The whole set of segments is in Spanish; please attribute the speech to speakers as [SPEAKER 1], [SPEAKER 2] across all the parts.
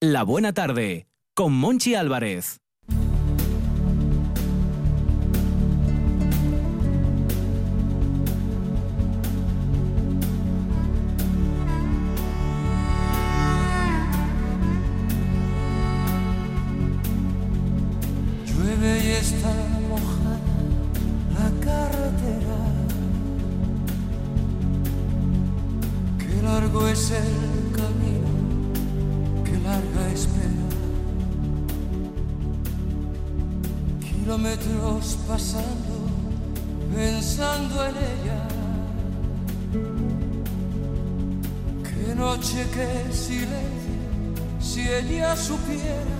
[SPEAKER 1] La Buena Tarde con Monchi Álvarez.
[SPEAKER 2] Llueve y está mojada la carretera. Qué largo es el camino, qué larga espera. Kilómetros pasando, pensando en ella. Qué noche, qué silencio, si ella supiera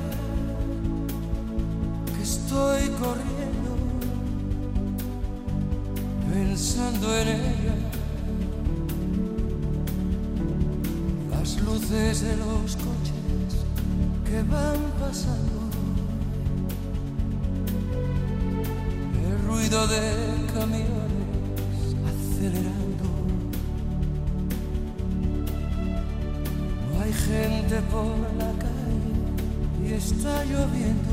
[SPEAKER 2] que estoy corriendo pensando en ella. Las luces de los coches que van pasando. El ruido de camiones acelerando. No hay gente por la calle y está lloviendo.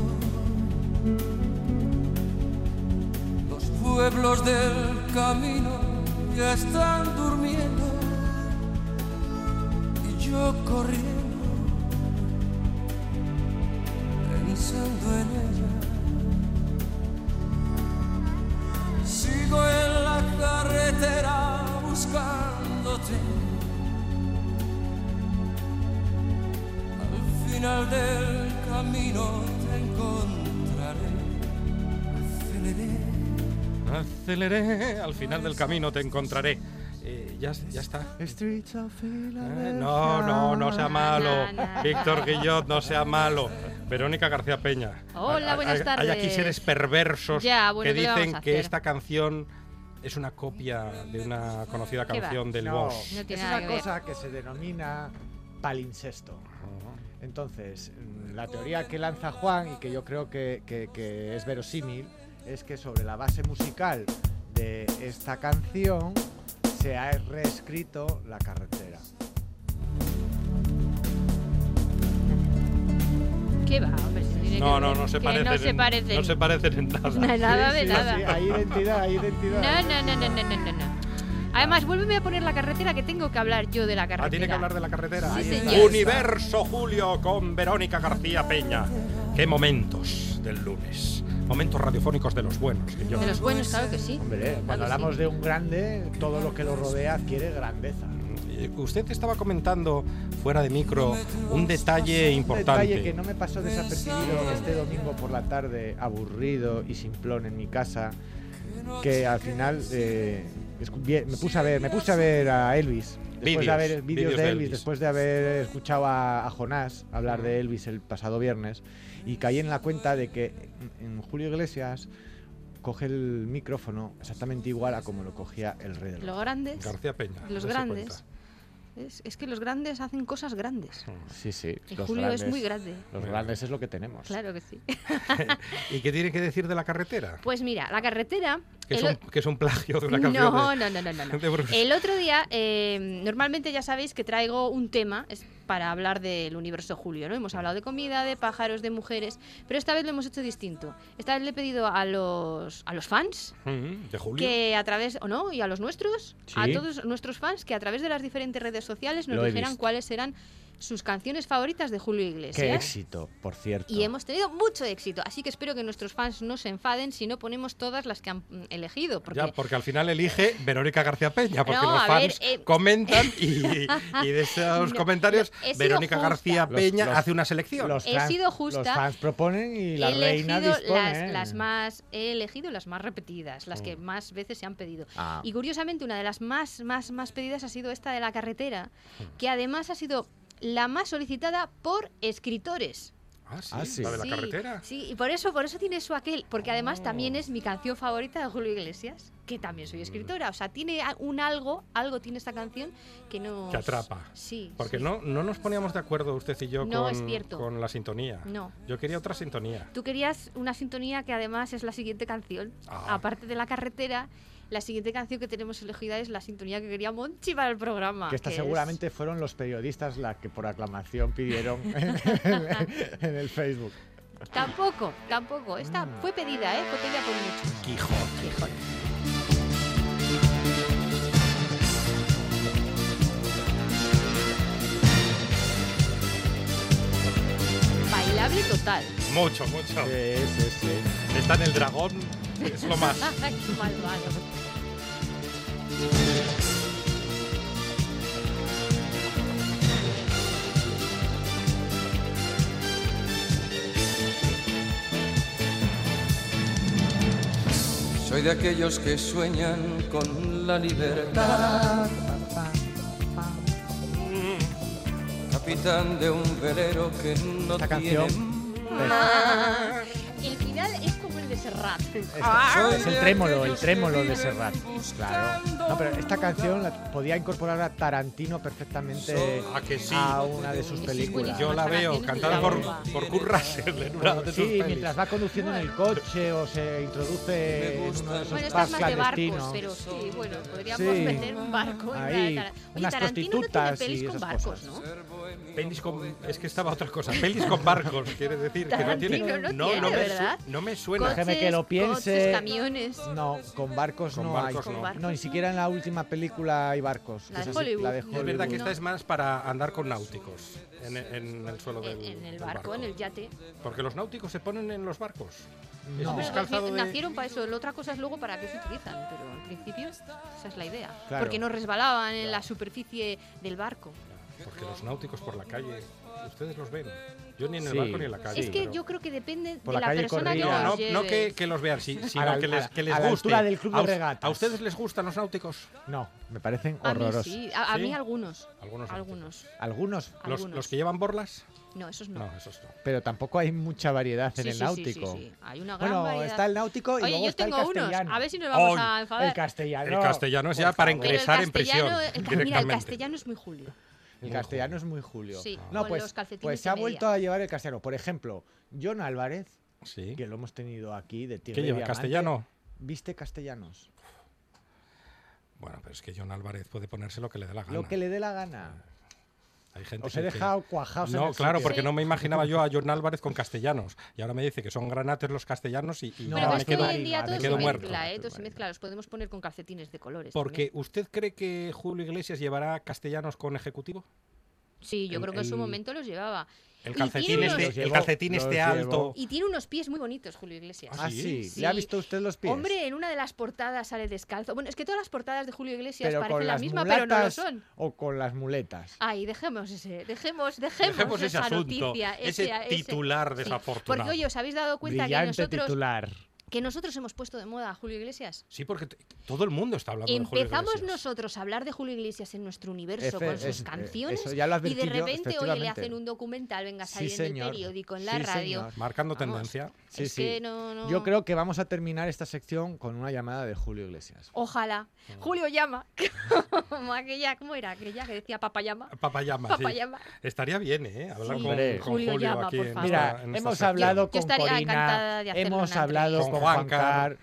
[SPEAKER 2] Los pueblos del camino ya están durmiendo y yo corriendo pensando en ella. Sigo en la carretera buscándote. Al final del camino te encontraré. Aceleré.
[SPEAKER 3] Aceleré, al final del camino te encontraré. Eh, ya, ya está. Eh, no, no, no sea malo.
[SPEAKER 4] Na, na, na.
[SPEAKER 3] Víctor Guillot, no sea malo. Verónica García Peña.
[SPEAKER 4] Hola,
[SPEAKER 3] Hay-
[SPEAKER 4] buenas
[SPEAKER 3] hay- Hay
[SPEAKER 4] tardes.
[SPEAKER 3] aquí seres perversos
[SPEAKER 4] Ya, bueno,
[SPEAKER 3] que
[SPEAKER 4] ¿qué le vamos
[SPEAKER 3] dicen
[SPEAKER 4] a
[SPEAKER 3] que
[SPEAKER 4] hacer?
[SPEAKER 3] esta canción es una copia de una conocida
[SPEAKER 4] ¿Qué va?
[SPEAKER 3] canción del
[SPEAKER 5] No,
[SPEAKER 3] Bosch.
[SPEAKER 4] No tiene
[SPEAKER 5] es
[SPEAKER 4] nada
[SPEAKER 5] una
[SPEAKER 4] que ver.
[SPEAKER 5] cosa que se denomina palincesto. Entonces, mm, la teoría que lanza Juan y que yo creo que, que- que es verosímil es que sobre la base musical de esta canción se ha reescrito la carretera.
[SPEAKER 4] ¿Qué va, hombre? Si tiene
[SPEAKER 3] No,
[SPEAKER 4] que
[SPEAKER 3] no,
[SPEAKER 4] ver
[SPEAKER 3] no se
[SPEAKER 4] que
[SPEAKER 3] parecen.
[SPEAKER 4] No se parecen.
[SPEAKER 3] no se parecen en nada.
[SPEAKER 4] nada
[SPEAKER 5] Sí,
[SPEAKER 4] de
[SPEAKER 5] sí,
[SPEAKER 4] nada.
[SPEAKER 5] sí, hay identidad, hay identidad.
[SPEAKER 4] No, no, no, no, no, no, no, no. Además, vuélveme a poner la carretera que tengo que hablar yo de la carretera.
[SPEAKER 3] Ah, tiene que hablar de la carretera.
[SPEAKER 4] Sí,
[SPEAKER 3] Ahí está.
[SPEAKER 4] señor.
[SPEAKER 3] Universo Julio con Verónica García Peña. Qué momentos del lunes. Momentos radiofónicos de los buenos. que yo-
[SPEAKER 4] De los buenos, claro que sí.
[SPEAKER 5] Hombre,
[SPEAKER 4] Claro
[SPEAKER 5] cuando
[SPEAKER 4] que
[SPEAKER 5] hablamos
[SPEAKER 4] sí.
[SPEAKER 5] de un grande, todo lo que lo rodea adquiere grandeza.
[SPEAKER 3] Eh, Usted estaba comentando fuera de micro un detalle importante.
[SPEAKER 5] Un detalle que no me pasó desapercibido este domingo por la tarde, aburrido y simplón en mi casa, que al final eh, escu- vi- me puse a ver, me puse a ver a Elvis. Después
[SPEAKER 3] Vídeos,
[SPEAKER 5] de haber vídeos de Elvis,
[SPEAKER 3] Elvis.
[SPEAKER 5] después de haber escuchado a, a Jonás hablar de Elvis el pasado viernes, y caí en la cuenta de que en- en Julio Iglesias coge el micrófono exactamente igual a como lo cogía el rey del
[SPEAKER 4] Los
[SPEAKER 5] rock.
[SPEAKER 4] grandes.
[SPEAKER 3] García Peña.
[SPEAKER 4] Los
[SPEAKER 3] dese
[SPEAKER 4] grandes. Es, es que los grandes hacen cosas grandes.
[SPEAKER 3] cuenta.
[SPEAKER 5] Sí, sí.
[SPEAKER 4] Y
[SPEAKER 5] los
[SPEAKER 4] Julio es
[SPEAKER 5] grandes-
[SPEAKER 4] muy grande.
[SPEAKER 5] Los grandes es lo que tenemos.
[SPEAKER 4] Claro que sí.
[SPEAKER 3] ¿Y qué tiene que decir de la carretera?
[SPEAKER 4] Pues mira, la carretera.
[SPEAKER 3] Que es,
[SPEAKER 4] el
[SPEAKER 3] un, que es un plagio de
[SPEAKER 4] o-
[SPEAKER 3] una
[SPEAKER 4] no,
[SPEAKER 3] canción.
[SPEAKER 4] no,
[SPEAKER 3] de-
[SPEAKER 4] no, no, no, no.
[SPEAKER 3] de Bruce.
[SPEAKER 4] El otro día, eh, normalmente ya sabéis que traigo un tema es para hablar del universo Julio, ¿no? Hemos hablado de comida, de pájaros, de mujeres, pero esta vez lo hemos hecho distinto. Esta vez le he pedido a los, a los fans
[SPEAKER 3] Mm, de Julio.
[SPEAKER 4] que a través, o no, y a los nuestros,
[SPEAKER 5] Sí.
[SPEAKER 4] a todos nuestros fans, que a través de las diferentes redes sociales nos
[SPEAKER 5] Lo he
[SPEAKER 4] dijeran
[SPEAKER 5] visto.
[SPEAKER 4] cuáles eran sus canciones favoritas de Julio
[SPEAKER 5] Qué
[SPEAKER 4] Iglesias.
[SPEAKER 5] éxito, por cierto.
[SPEAKER 4] Y hemos tenido mucho éxito, así que espero que nuestros fans no se enfaden si no ponemos todas las que han mm, elegido. Porque
[SPEAKER 3] Ya, porque al final elige Verónica García Peña, porque
[SPEAKER 4] No,
[SPEAKER 3] los
[SPEAKER 4] a
[SPEAKER 3] fans
[SPEAKER 4] ver, eh,
[SPEAKER 3] comentan y, y de esos
[SPEAKER 4] No,
[SPEAKER 3] comentarios,
[SPEAKER 4] no, he sido
[SPEAKER 3] Verónica
[SPEAKER 4] justa.
[SPEAKER 3] García
[SPEAKER 5] Los-
[SPEAKER 3] Peña
[SPEAKER 5] los-
[SPEAKER 3] hace una selección.
[SPEAKER 5] Los
[SPEAKER 4] He
[SPEAKER 5] fans-
[SPEAKER 4] sido justa.
[SPEAKER 5] Los fans proponen y la
[SPEAKER 4] he
[SPEAKER 5] reina
[SPEAKER 4] elegido
[SPEAKER 5] dispone.
[SPEAKER 4] las,
[SPEAKER 5] ¿eh?
[SPEAKER 4] las más he elegido las más repetidas, las
[SPEAKER 3] Oh.
[SPEAKER 4] que más veces se han pedido.
[SPEAKER 5] Ah.
[SPEAKER 4] Y curiosamente una de las más más más pedidas ha sido esta de la carretera,
[SPEAKER 3] Hmm.
[SPEAKER 4] que además ha sido la más solicitada por escritores.
[SPEAKER 3] Ah, sí,
[SPEAKER 5] Ah, sí.
[SPEAKER 3] la de la
[SPEAKER 4] sí,
[SPEAKER 3] carretera. Oh.
[SPEAKER 4] Sí, y por eso por eso tiene su aquel, porque además también es mi canción favorita de Julio Iglesias, que también
[SPEAKER 3] Hmm.
[SPEAKER 4] soy escritora, o sea, tiene a- un algo, algo tiene esta canción que no
[SPEAKER 3] Que atrapa.
[SPEAKER 4] Sí.
[SPEAKER 3] Porque
[SPEAKER 4] sí.
[SPEAKER 3] no, no nos poníamos de acuerdo usted y yo
[SPEAKER 4] No,
[SPEAKER 3] con,
[SPEAKER 4] es cierto.
[SPEAKER 3] con la sintonía.
[SPEAKER 4] No.
[SPEAKER 3] Yo quería otra sintonía.
[SPEAKER 4] Tú querías una sintonía que además es la siguiente canción,
[SPEAKER 3] Ah.
[SPEAKER 4] aparte de la carretera, la siguiente canción que tenemos elegida es la sintonía que quería Monchi para el programa.
[SPEAKER 5] que esta
[SPEAKER 4] es-
[SPEAKER 5] seguramente fueron los periodistas las que por aclamación pidieron en el Facebook.
[SPEAKER 4] Tampoco, tampoco. Esta
[SPEAKER 5] Ah.
[SPEAKER 4] fue pedida, ¿eh? Fue pedida por muchos.
[SPEAKER 1] Quijote.
[SPEAKER 4] Quijote. Bailable total.
[SPEAKER 3] Mucho, mucho.
[SPEAKER 5] Sí, sí, sí.
[SPEAKER 3] Eh, Está en el dragón, es lo
[SPEAKER 4] Ah,
[SPEAKER 3] más.
[SPEAKER 4] Qué malvado.
[SPEAKER 2] Soy de aquellos que sueñan con la libertad. Capitán de un velero que no
[SPEAKER 5] Esta
[SPEAKER 2] tiene.
[SPEAKER 5] canción
[SPEAKER 4] El final es como el de Serrat.
[SPEAKER 2] Soy
[SPEAKER 5] Es el
[SPEAKER 2] de
[SPEAKER 5] trémolo, el
[SPEAKER 2] aquellos que
[SPEAKER 5] trémolo de
[SPEAKER 2] viven
[SPEAKER 5] Serrat. Claro. No, pero esta canción la podía incorporar a Tarantino perfectamente
[SPEAKER 3] Ah, que sí.
[SPEAKER 5] a una de sus
[SPEAKER 4] Es
[SPEAKER 5] películas.
[SPEAKER 4] buenísima.
[SPEAKER 3] Yo la veo
[SPEAKER 4] Canciones de
[SPEAKER 3] cantada
[SPEAKER 4] la
[SPEAKER 3] por,
[SPEAKER 4] bomba.
[SPEAKER 3] por Kurt Russell en una de sus
[SPEAKER 5] Sí,
[SPEAKER 3] pelis.
[SPEAKER 5] mientras va conduciendo en el coche o se introduce en uno de esos
[SPEAKER 4] Bueno, esta
[SPEAKER 5] pubs
[SPEAKER 4] es más de barcos,
[SPEAKER 5] clandestinos.
[SPEAKER 4] pero sí, bueno, podríamos
[SPEAKER 5] Sí.
[SPEAKER 4] meter un barco en la
[SPEAKER 5] Ahí,
[SPEAKER 4] de Tar- Oye,
[SPEAKER 5] unas
[SPEAKER 4] Tarantino no tiene
[SPEAKER 5] prostitutas y
[SPEAKER 4] pelis con
[SPEAKER 5] esas
[SPEAKER 4] barcos,
[SPEAKER 5] cosas.
[SPEAKER 4] ¿no?
[SPEAKER 3] Pelis con, es que estaba otra cosa. Pelis con barcos, quiere decir que no tiene.
[SPEAKER 4] Tarantino no tiene,
[SPEAKER 3] me, su-
[SPEAKER 4] ¿verdad?
[SPEAKER 3] no me suena.
[SPEAKER 5] Déjeme
[SPEAKER 4] Coches,
[SPEAKER 5] que lo piense.
[SPEAKER 4] coches, camiones.
[SPEAKER 5] No, con barcos
[SPEAKER 3] Con
[SPEAKER 5] no
[SPEAKER 3] barcos
[SPEAKER 5] hay.
[SPEAKER 3] no.
[SPEAKER 5] No, ni siquiera en la última película hay barcos.
[SPEAKER 4] La
[SPEAKER 5] que
[SPEAKER 4] de
[SPEAKER 5] es así,
[SPEAKER 4] Hollywood.
[SPEAKER 5] la de
[SPEAKER 4] Es
[SPEAKER 3] Es verdad que
[SPEAKER 5] Hollywood.
[SPEAKER 3] esta es más para andar con náuticos en, en el suelo del,
[SPEAKER 4] En, en el
[SPEAKER 3] del
[SPEAKER 4] barco, en el yate.
[SPEAKER 3] Porque los náuticos se ponen en los barcos.
[SPEAKER 5] No.
[SPEAKER 3] Es
[SPEAKER 4] Hombre,
[SPEAKER 3] descalzado
[SPEAKER 4] naci-
[SPEAKER 3] de-
[SPEAKER 4] Nacieron para eso, la otra cosa es luego para qué se utilizan, pero al principio esa es la idea.
[SPEAKER 5] Claro.
[SPEAKER 4] Porque no resbalaban en la superficie del barco.
[SPEAKER 3] Porque los náuticos por la calle, ustedes los ven. Yo ni en el
[SPEAKER 5] Sí.
[SPEAKER 3] barco ni en la calle.
[SPEAKER 4] es que
[SPEAKER 3] pero-
[SPEAKER 4] yo creo que depende
[SPEAKER 5] Por la
[SPEAKER 4] de la,
[SPEAKER 5] calle
[SPEAKER 4] persona que
[SPEAKER 5] corría.
[SPEAKER 3] No,
[SPEAKER 4] los
[SPEAKER 3] no,
[SPEAKER 4] lleve.
[SPEAKER 3] no que, que los vean, sí, sino
[SPEAKER 5] la-
[SPEAKER 3] que les, que les
[SPEAKER 5] a la
[SPEAKER 3] guste.
[SPEAKER 5] altura del club de
[SPEAKER 3] ¿A us-
[SPEAKER 5] regatas.
[SPEAKER 3] ¿A ustedes les gustan los náuticos?
[SPEAKER 5] No, me parecen
[SPEAKER 4] a mí
[SPEAKER 5] horrorosos.
[SPEAKER 4] sí, a, a
[SPEAKER 3] ¿Sí?
[SPEAKER 4] mí algunos.
[SPEAKER 3] Algunos náuticos.
[SPEAKER 4] Algunos.
[SPEAKER 5] Algunos,
[SPEAKER 3] ¿Los,
[SPEAKER 4] algunos.
[SPEAKER 3] los que llevan borlas?
[SPEAKER 4] No, esos no.
[SPEAKER 3] No, esos no.
[SPEAKER 5] pero tampoco hay mucha variedad en
[SPEAKER 4] Sí,
[SPEAKER 5] el
[SPEAKER 4] sí, sí, sí,
[SPEAKER 5] náutico.
[SPEAKER 4] sí. Hay una gran
[SPEAKER 5] Bueno,
[SPEAKER 4] variedad.
[SPEAKER 5] está el náutico y
[SPEAKER 4] Oye,
[SPEAKER 5] luego
[SPEAKER 4] yo
[SPEAKER 5] está el
[SPEAKER 4] tengo unos.
[SPEAKER 5] castellano. Oh,
[SPEAKER 4] A ver si nos vamos
[SPEAKER 3] Oy,
[SPEAKER 4] a
[SPEAKER 5] El
[SPEAKER 4] enfadar.
[SPEAKER 5] castellano.
[SPEAKER 3] El castellano es
[SPEAKER 5] por
[SPEAKER 3] ya para
[SPEAKER 5] favor.
[SPEAKER 4] Pero el
[SPEAKER 3] ingresar en prisión
[SPEAKER 4] castellano, el ca- mira, el
[SPEAKER 3] directamente.
[SPEAKER 4] castellano es muy julio.
[SPEAKER 5] El castellano es muy julio.
[SPEAKER 4] Sí,
[SPEAKER 5] no,
[SPEAKER 4] con
[SPEAKER 5] pues,
[SPEAKER 4] los calcetines
[SPEAKER 5] pues se
[SPEAKER 4] de
[SPEAKER 5] ha
[SPEAKER 4] media.
[SPEAKER 5] vuelto a llevar el castellano. Por ejemplo, John Álvarez,
[SPEAKER 3] Sí.
[SPEAKER 5] que lo hemos tenido aquí de
[SPEAKER 3] ¿Qué
[SPEAKER 5] Tigre
[SPEAKER 3] lleva?
[SPEAKER 5] Diamante,
[SPEAKER 3] ¿Castellano?
[SPEAKER 5] Viste castellanos.
[SPEAKER 3] Bueno, pero es que John Álvarez puede ponerse lo que le dé la gana.
[SPEAKER 5] Lo que le dé la gana.
[SPEAKER 3] Hay Ah, gente
[SPEAKER 5] Os he
[SPEAKER 3] que- que-
[SPEAKER 5] dejado cuajados en
[SPEAKER 3] No,
[SPEAKER 5] el
[SPEAKER 3] claro,
[SPEAKER 5] sitio.
[SPEAKER 3] porque no me imaginaba yo a John Álvarez con castellanos. Y ahora me dice que son granates los castellanos y, y
[SPEAKER 5] No,
[SPEAKER 4] bueno,
[SPEAKER 3] ya
[SPEAKER 4] pero
[SPEAKER 3] me
[SPEAKER 4] es que
[SPEAKER 3] quedo,
[SPEAKER 4] hoy en día
[SPEAKER 5] me
[SPEAKER 4] todo se
[SPEAKER 3] quedo muerto.
[SPEAKER 4] mezcla, ¿eh? Todo se
[SPEAKER 5] Bueno.
[SPEAKER 4] mezcla. Los podemos poner con calcetines de colores.
[SPEAKER 3] Porque ¿usted cree que Julio Iglesias llevará castellanos con ejecutivo?
[SPEAKER 4] también. Sí, yo
[SPEAKER 3] el-
[SPEAKER 4] creo que en su
[SPEAKER 3] el-
[SPEAKER 4] momento los llevaba.
[SPEAKER 3] El
[SPEAKER 4] Y
[SPEAKER 3] calcetín
[SPEAKER 4] tiene
[SPEAKER 3] este,
[SPEAKER 4] unos-
[SPEAKER 3] el calcetín
[SPEAKER 5] Los
[SPEAKER 3] este
[SPEAKER 5] llevo.
[SPEAKER 3] alto.
[SPEAKER 4] Y tiene unos pies muy bonitos, Julio Iglesias.
[SPEAKER 5] Ah, sí.
[SPEAKER 4] Sí.
[SPEAKER 5] ¿Le ha visto usted los pies?
[SPEAKER 4] Hombre, en una de las portadas sale descalzo. Bueno, es que todas las portadas de Julio Iglesias
[SPEAKER 5] pero con
[SPEAKER 4] parecen la
[SPEAKER 5] las
[SPEAKER 4] misma,
[SPEAKER 5] mulatas
[SPEAKER 4] pero no lo son.
[SPEAKER 5] o con las muletas.
[SPEAKER 4] Ay, dejemos ese, dejemos, dejemos,
[SPEAKER 3] Dejemos ese
[SPEAKER 4] esa
[SPEAKER 3] asunto,
[SPEAKER 4] noticia,
[SPEAKER 3] ese titular desafortunado.
[SPEAKER 4] Porque oye, os habéis dado cuenta que
[SPEAKER 5] Brillante
[SPEAKER 4] nosotros,
[SPEAKER 5] titular.
[SPEAKER 4] que nosotros hemos puesto de moda a Julio Iglesias.
[SPEAKER 3] Sí, porque t- todo el mundo está hablando de Julio
[SPEAKER 4] Empezamos
[SPEAKER 3] Iglesias.
[SPEAKER 4] nosotros a hablar de Julio Iglesias en nuestro universo
[SPEAKER 5] Efe-
[SPEAKER 4] con sus
[SPEAKER 5] es- eh,
[SPEAKER 4] canciones
[SPEAKER 5] eso ya lo
[SPEAKER 4] y
[SPEAKER 5] advertí
[SPEAKER 4] de
[SPEAKER 5] yo,
[SPEAKER 4] repente hoy le
[SPEAKER 5] efectivamente.
[SPEAKER 4] hacen un documental, venga a
[SPEAKER 5] Sí,
[SPEAKER 4] salir en el
[SPEAKER 5] señor.
[SPEAKER 4] periódico, en la
[SPEAKER 5] Sí,
[SPEAKER 4] radio.
[SPEAKER 5] señor.
[SPEAKER 3] Marcando
[SPEAKER 4] Vamos.
[SPEAKER 3] tendencia.
[SPEAKER 5] Sí,
[SPEAKER 4] es
[SPEAKER 5] sí.
[SPEAKER 4] que no, no.
[SPEAKER 5] Yo creo que vamos a terminar esta sección con una llamada de Julio Iglesias.
[SPEAKER 4] Ojalá.
[SPEAKER 5] Ah.
[SPEAKER 4] Julio llama. Como aquella, ¿cómo era? Aquella que decía papayama.
[SPEAKER 3] Papayama, sí.
[SPEAKER 4] Papayama.
[SPEAKER 3] Estaría bien, ¿eh? Hablar
[SPEAKER 4] Sí.
[SPEAKER 3] con,
[SPEAKER 5] Hombre.
[SPEAKER 3] con
[SPEAKER 4] Julio
[SPEAKER 3] Julio,
[SPEAKER 4] llama,
[SPEAKER 3] aquí
[SPEAKER 4] por
[SPEAKER 3] en
[SPEAKER 4] favor.
[SPEAKER 5] Mira,
[SPEAKER 3] esta- en esta
[SPEAKER 5] hemos
[SPEAKER 3] sección.
[SPEAKER 5] hablado
[SPEAKER 4] Yo
[SPEAKER 5] con
[SPEAKER 4] estaría encantada
[SPEAKER 5] Corina,
[SPEAKER 4] de hacerle
[SPEAKER 5] hemos
[SPEAKER 4] una
[SPEAKER 5] hablado
[SPEAKER 4] entrevista.
[SPEAKER 3] Con
[SPEAKER 5] con
[SPEAKER 3] Juan
[SPEAKER 5] Juan Car.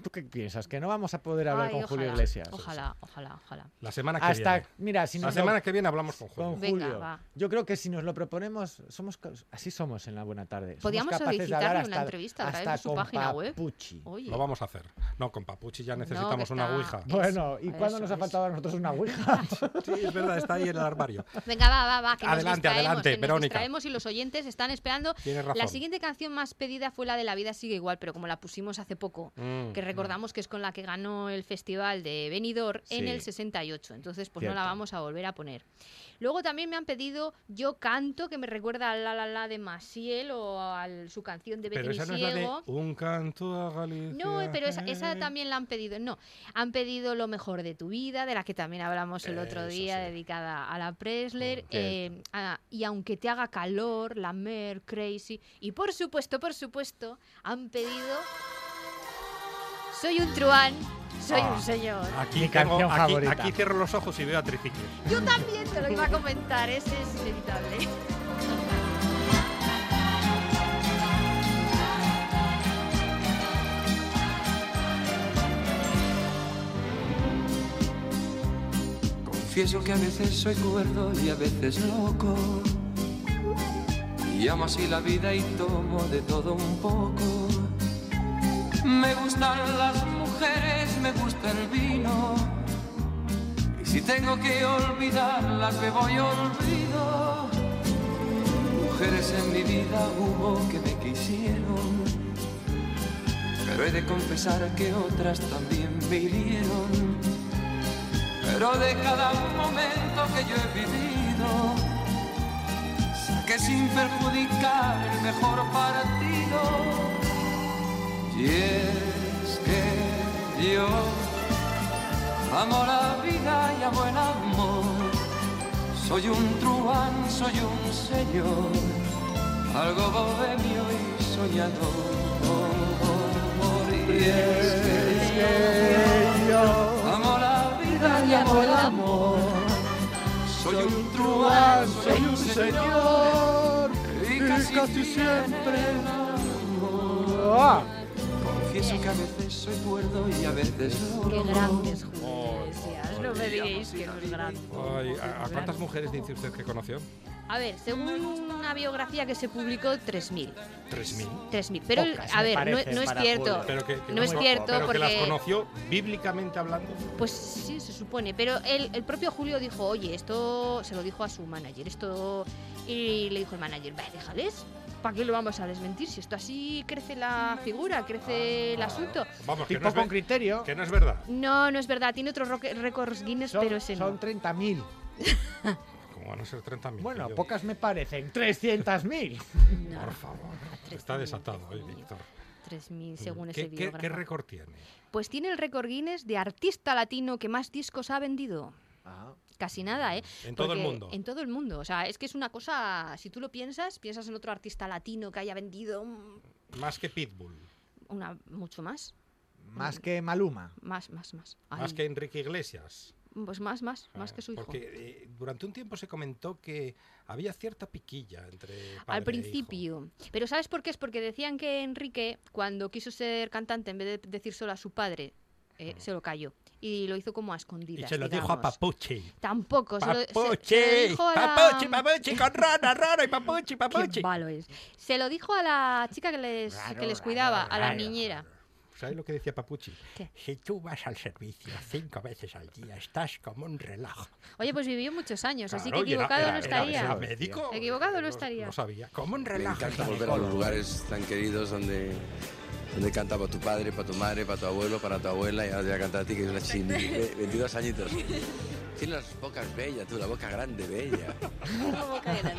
[SPEAKER 5] ¿Tú qué piensas? ¿Que no vamos a poder hablar
[SPEAKER 4] Ay,
[SPEAKER 5] con Julio
[SPEAKER 4] ojalá,
[SPEAKER 5] Iglesias?
[SPEAKER 4] Ojalá, ojalá, ojalá.
[SPEAKER 3] La semana que
[SPEAKER 5] Hasta,
[SPEAKER 3] viene.
[SPEAKER 5] mira, si
[SPEAKER 3] La
[SPEAKER 5] nos lo-
[SPEAKER 3] semana que viene hablamos con Julio.
[SPEAKER 5] con
[SPEAKER 4] Venga,
[SPEAKER 5] Julio.
[SPEAKER 4] va.
[SPEAKER 5] Yo creo que si nos lo proponemos, somos ca- así somos en la buena tarde. Somos
[SPEAKER 4] Podíamos
[SPEAKER 5] capaces de hablar
[SPEAKER 4] solicitarle una
[SPEAKER 5] hasta-
[SPEAKER 4] entrevista a través de
[SPEAKER 5] hasta
[SPEAKER 4] su
[SPEAKER 5] con
[SPEAKER 4] página web.
[SPEAKER 5] Papucci.
[SPEAKER 4] Oye.
[SPEAKER 3] Lo vamos a hacer. No, con Papuchi ya
[SPEAKER 4] No, que
[SPEAKER 3] necesitamos una
[SPEAKER 4] está-
[SPEAKER 3] ouija.
[SPEAKER 5] Bueno, ¿y
[SPEAKER 4] Eso,
[SPEAKER 5] cuándo nos ha
[SPEAKER 4] eso.
[SPEAKER 5] faltado a nosotros una ouija?
[SPEAKER 3] Sí, es verdad, está ahí en el armario.
[SPEAKER 4] Venga, va, va, va. Que nos
[SPEAKER 3] Adelante,
[SPEAKER 4] distraemos,
[SPEAKER 3] adelante,
[SPEAKER 4] que nos
[SPEAKER 3] Verónica.
[SPEAKER 4] distraemos y los oyentes están esperando.
[SPEAKER 3] Tienes razón.
[SPEAKER 4] La siguiente canción más pedida fue la de La vida sigue igual, pero como la pusimos hace poco,
[SPEAKER 3] Mm.
[SPEAKER 4] que recordamos que es con la que ganó el festival de Benidorm en
[SPEAKER 5] Sí.
[SPEAKER 4] el 68. Entonces, pues no la
[SPEAKER 5] Cierto.
[SPEAKER 4] vamos a volver a poner. Luego también me han pedido Yo canto, que me recuerda a La La La de Maciel o a su canción de Betty
[SPEAKER 3] Pero esa no es la de Un canto a Galicia. Eh.
[SPEAKER 4] No, pero esa, esa también la han pedido. No, han pedido lo mejor de tu vida, de la que también hablamos el otro
[SPEAKER 3] Eso
[SPEAKER 4] día,
[SPEAKER 3] sí. Mm,
[SPEAKER 4] dedicada a la Presler.
[SPEAKER 5] Cierto.
[SPEAKER 4] eh, a- y aunque te haga calor, la Mer, Crazy. Y por supuesto, por supuesto, han pedido. Soy un truán, soy
[SPEAKER 3] Ah.
[SPEAKER 4] un señor.
[SPEAKER 3] Aquí,
[SPEAKER 5] Mi
[SPEAKER 3] tengo-
[SPEAKER 5] canción
[SPEAKER 3] aquí-
[SPEAKER 5] favorita.
[SPEAKER 3] aquí cierro los ojos y veo a Tricicle.
[SPEAKER 4] Yo también te lo iba a comentar, ese es inevitable.
[SPEAKER 2] Confieso que a veces soy cuerdo y a veces loco. Y amo así la vida y tomo de todo un poco. Me gustan las mujeres, me gusta el vino. Y si tengo que olvidarlas, me voy olvido. Mujeres en mi vida hubo que me quisieron. Pero he de confesar que otras también me hirieron. Pero de cada momento que yo he vivido, saqué sin perjudicar el mejor partido. Y es que yo amo la vida y amo el amor. Soy un truán, soy un señor, algo bohemio y soñador. Y es que yo amo la vida y amo el amor. Soy un truán, soy un señor, y casi, siempre
[SPEAKER 5] ¡Ah!
[SPEAKER 2] Confieso que a veces soy cuerdo y a veces no.
[SPEAKER 4] Qué grandes Julio
[SPEAKER 3] Oh,
[SPEAKER 4] Iglesias, no me digáis que no es grande.
[SPEAKER 3] Ay, ¿a, a cuántas mujeres dice usted que conoció?
[SPEAKER 4] A ver, según una biografía que se publicó, 3.000.
[SPEAKER 3] ¿Tres mil?
[SPEAKER 4] 3.000. Pero, el-
[SPEAKER 5] Pocas,
[SPEAKER 4] a
[SPEAKER 5] me
[SPEAKER 4] ver, no-
[SPEAKER 5] parece,
[SPEAKER 4] no, es
[SPEAKER 5] para
[SPEAKER 4] cierto.
[SPEAKER 5] Julio.
[SPEAKER 3] Pero que, que
[SPEAKER 4] No es
[SPEAKER 3] muy-
[SPEAKER 4] cierto,
[SPEAKER 3] pero que las
[SPEAKER 4] porque-
[SPEAKER 3] conoció bíblicamente hablando.
[SPEAKER 4] Pues sí, se supone. Pero el, el propio Julio dijo, oye, esto se lo dijo a su manager, esto... Y le dijo el manager, vaya, déjales. ¿Para qué lo vamos a desmentir? Si esto así crece la figura, crece el asunto.
[SPEAKER 3] Vamos, que no,
[SPEAKER 5] Tipo
[SPEAKER 3] es,
[SPEAKER 5] con
[SPEAKER 3] ver-
[SPEAKER 5] criterio.
[SPEAKER 3] que no es verdad.
[SPEAKER 4] No, no es verdad. Tiene otros roque- récords Guinness,
[SPEAKER 5] Son,
[SPEAKER 4] pero ese no.
[SPEAKER 5] son 30.000.
[SPEAKER 3] Como van a ser 30 mil.
[SPEAKER 5] Bueno, pocas me parecen. 300.000.
[SPEAKER 4] No,
[SPEAKER 3] Por favor,
[SPEAKER 4] Tres
[SPEAKER 3] está
[SPEAKER 4] mil,
[SPEAKER 3] desatado
[SPEAKER 4] tres
[SPEAKER 3] hoy,
[SPEAKER 4] mil.
[SPEAKER 3] Víctor. Mm,
[SPEAKER 4] 3.000
[SPEAKER 5] Mm.
[SPEAKER 4] según ese
[SPEAKER 3] ¿Qué, qué,
[SPEAKER 4] biógrafo.
[SPEAKER 3] qué récord tiene?
[SPEAKER 4] Pues tiene el récord Guinness de artista latino que más discos ha vendido.
[SPEAKER 5] Ah,
[SPEAKER 4] Casi nada, ¿eh?
[SPEAKER 3] En todo el
[SPEAKER 4] Porque-
[SPEAKER 3] mundo.
[SPEAKER 4] En todo el mundo. O sea, es que es una cosa, si tú lo piensas, piensas en otro artista latino que haya vendido mm,
[SPEAKER 3] Más que Pitbull,
[SPEAKER 4] una mucho más,
[SPEAKER 5] más que Maluma.
[SPEAKER 4] más, más, más.
[SPEAKER 3] más
[SPEAKER 4] Ay,
[SPEAKER 3] que Enrique Iglesias.
[SPEAKER 4] Pues más, más, más que su hijo.
[SPEAKER 3] Porque eh, durante un tiempo se comentó que había cierta piquilla entre. padre e
[SPEAKER 4] Al
[SPEAKER 3] hijo.
[SPEAKER 4] principio. Pero ¿sabes por qué? Es porque decían que Enrique, cuando quiso ser cantante, en vez de decir solo a su padre, eh, se lo cayó. Y lo hizo como a
[SPEAKER 3] Y
[SPEAKER 4] escondidas.
[SPEAKER 3] se lo dijo a
[SPEAKER 4] digamos.
[SPEAKER 3] Papuchi.
[SPEAKER 4] Tampoco. se lo- se- se lo
[SPEAKER 3] Papuchi,
[SPEAKER 4] dijo a la-
[SPEAKER 3] Papuchi, Papuchi, con Rana, Rana y Papuchi,
[SPEAKER 4] Qué
[SPEAKER 3] Papuchi.
[SPEAKER 4] malo es. Se lo dijo a la chica que les, que les cuidaba, a la niñera.
[SPEAKER 3] ¿Sabes lo que decía Papuchi?
[SPEAKER 4] ¿Qué?
[SPEAKER 3] Si tú vas al servicio cinco veces al día, estás como un reloj.
[SPEAKER 4] Oye, pues vivió muchos años, así que
[SPEAKER 3] Claro, y era-
[SPEAKER 4] equivocado
[SPEAKER 3] era-
[SPEAKER 4] no
[SPEAKER 3] era-
[SPEAKER 4] estaría.
[SPEAKER 3] era médico.
[SPEAKER 4] Equivocado no
[SPEAKER 3] Lo-
[SPEAKER 4] estaría.
[SPEAKER 3] Lo sabía. Como un
[SPEAKER 6] Me
[SPEAKER 3] reloj.
[SPEAKER 6] encanta volver a los lugares tan queridos donde, donde canta para tu padre, para tu madre, para tu abuelo, para tu abuela y ahora te voy a cantar a ti que es una chini, ve- 22 añitos. Tienes las bocas bellas, tú, la boca grande, bella. Bonita, bonita,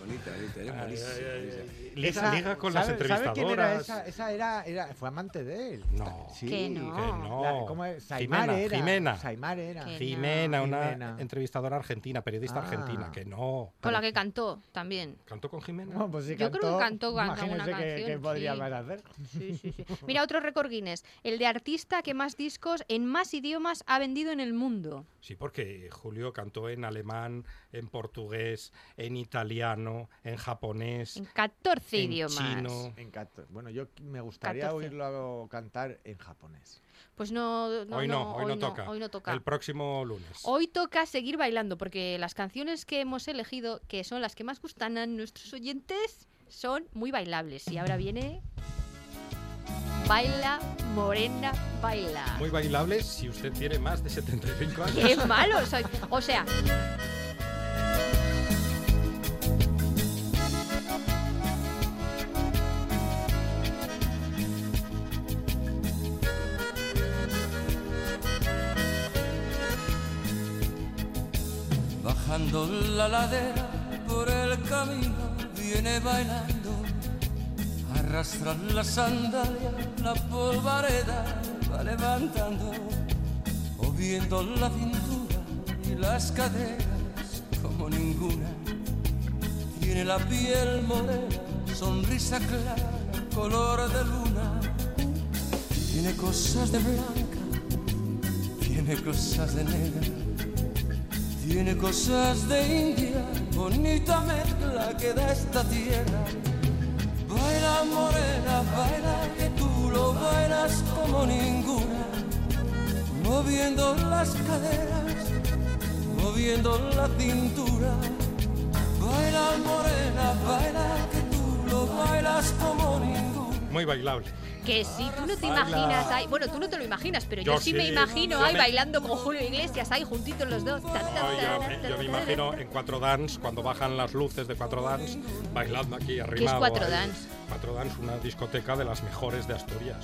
[SPEAKER 6] bonita, eres
[SPEAKER 3] Ay,
[SPEAKER 6] buenísima,
[SPEAKER 3] ay, ay,
[SPEAKER 6] buenísima.
[SPEAKER 3] ay. Liga, liga con las
[SPEAKER 5] ¿sabe- sabe
[SPEAKER 3] entrevistadoras.
[SPEAKER 5] quién era esa? Esa era, era- fue amante de él.
[SPEAKER 3] No.
[SPEAKER 5] Sí.
[SPEAKER 4] Que no.
[SPEAKER 3] Que no.
[SPEAKER 5] La- ¿cómo es? Saimar
[SPEAKER 3] Jimena,
[SPEAKER 5] era.
[SPEAKER 3] Jimena.
[SPEAKER 5] Saimar era.
[SPEAKER 4] Que-
[SPEAKER 3] Jimena, una
[SPEAKER 5] Jimena.
[SPEAKER 3] entrevistadora argentina, periodista
[SPEAKER 5] Ah.
[SPEAKER 3] argentina, que no.
[SPEAKER 4] Con la que cantó también.
[SPEAKER 3] ¿Cantó con Jimena?
[SPEAKER 5] No, pues sí,
[SPEAKER 4] Yo creo que cantó alguna
[SPEAKER 5] imagínese que-
[SPEAKER 4] canción,
[SPEAKER 5] que podría
[SPEAKER 4] sí.
[SPEAKER 5] más hacer.
[SPEAKER 4] Sí, sí, sí. Mira, otro récord Guinness. El de artista que más discos en más idiomas ha vendido en el mundo.
[SPEAKER 3] Sí, porque Julio cantó en alemán, en portugués, en italiano, en japonés,
[SPEAKER 4] En 14
[SPEAKER 3] en
[SPEAKER 4] idiomas.
[SPEAKER 3] chino.
[SPEAKER 5] Me encanta. Bueno, yo me gustaría
[SPEAKER 4] 14.
[SPEAKER 5] oírlo cantar en japonés.
[SPEAKER 4] Pues no, no,
[SPEAKER 3] hoy no,
[SPEAKER 4] no,
[SPEAKER 3] hoy, no, toca.
[SPEAKER 4] Hoy no toca.
[SPEAKER 3] El próximo lunes.
[SPEAKER 4] Hoy toca seguir bailando, porque las canciones que hemos elegido, que son las que más gustan a nuestros oyentes, son muy bailables. Y ahora viene. Baila, morena, baila.
[SPEAKER 3] Muy bailable si usted tiene más de 75 años.
[SPEAKER 4] ¡Qué malo soy! O sea,
[SPEAKER 2] Bajando la ladera por el camino viene bailando. Arrastran la sandalia, la polvareda va levantando. O viendo la cintura y las caderas como ninguna. Tiene la piel morena, sonrisa clara, color de luna. Tiene cosas de blanca, tiene cosas de negra. Tiene cosas de India, bonita mezcla que da esta tierra. Baila morena, baila que tú lo bailas como ninguna, moviendo las caderas, moviendo la cintura. Baila morena, baila que tú lo bailas como ninguna.
[SPEAKER 3] Muy bailable.
[SPEAKER 4] Que si tú no te
[SPEAKER 3] Baila.
[SPEAKER 4] imaginas ahí. Bueno, tú no te lo imaginas, pero yo,
[SPEAKER 3] Yo
[SPEAKER 4] sí, me
[SPEAKER 3] sí,
[SPEAKER 4] imagino
[SPEAKER 3] yo
[SPEAKER 4] ahí
[SPEAKER 3] me-
[SPEAKER 4] bailando con Julio Iglesias, ahí juntitos los dos. Ta, ta,
[SPEAKER 3] No,
[SPEAKER 4] ta,
[SPEAKER 3] yo, me-
[SPEAKER 4] ta,
[SPEAKER 3] yo me
[SPEAKER 4] ta, ta,
[SPEAKER 3] imagino
[SPEAKER 4] ta.
[SPEAKER 3] en cuatro dance, cuando bajan las luces de cuatro dance, bailando aquí arrimado.
[SPEAKER 4] Cuatro
[SPEAKER 3] ahí.
[SPEAKER 4] Dance?
[SPEAKER 3] Cuatro dance, una discoteca de las mejores de Asturias.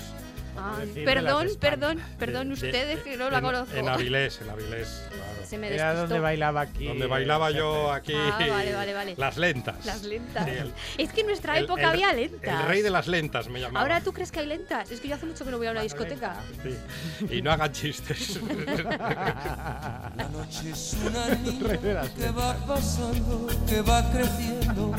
[SPEAKER 4] Ah,
[SPEAKER 5] decir, de
[SPEAKER 4] perdón,
[SPEAKER 5] las de
[SPEAKER 4] perdón,
[SPEAKER 5] España.
[SPEAKER 4] perdón
[SPEAKER 3] De-
[SPEAKER 4] ustedes
[SPEAKER 3] de-
[SPEAKER 4] que no la
[SPEAKER 3] en-
[SPEAKER 4] conozco.
[SPEAKER 3] En Avilés, en Avilés, claro.
[SPEAKER 4] Se me
[SPEAKER 5] Era
[SPEAKER 4] despistó.
[SPEAKER 5] donde bailaba aquí.
[SPEAKER 3] Donde bailaba
[SPEAKER 5] el
[SPEAKER 3] yo
[SPEAKER 5] jefe.
[SPEAKER 3] aquí.
[SPEAKER 4] Ah, vale, vale, vale.
[SPEAKER 3] Las lentas.
[SPEAKER 4] Las lentas.
[SPEAKER 3] Sí, el-
[SPEAKER 4] es que en nuestra
[SPEAKER 3] el-
[SPEAKER 4] época
[SPEAKER 3] el-
[SPEAKER 4] había lentas.
[SPEAKER 3] El rey de las lentas me llamaba.
[SPEAKER 4] Ahora tú crees que hay lentas. Es que yo hace mucho que no voy a una discoteca.
[SPEAKER 3] Sí. Y no hagan chistes.
[SPEAKER 2] La noche es una niña
[SPEAKER 5] Rey de las
[SPEAKER 2] que va pasando, que va creciendo.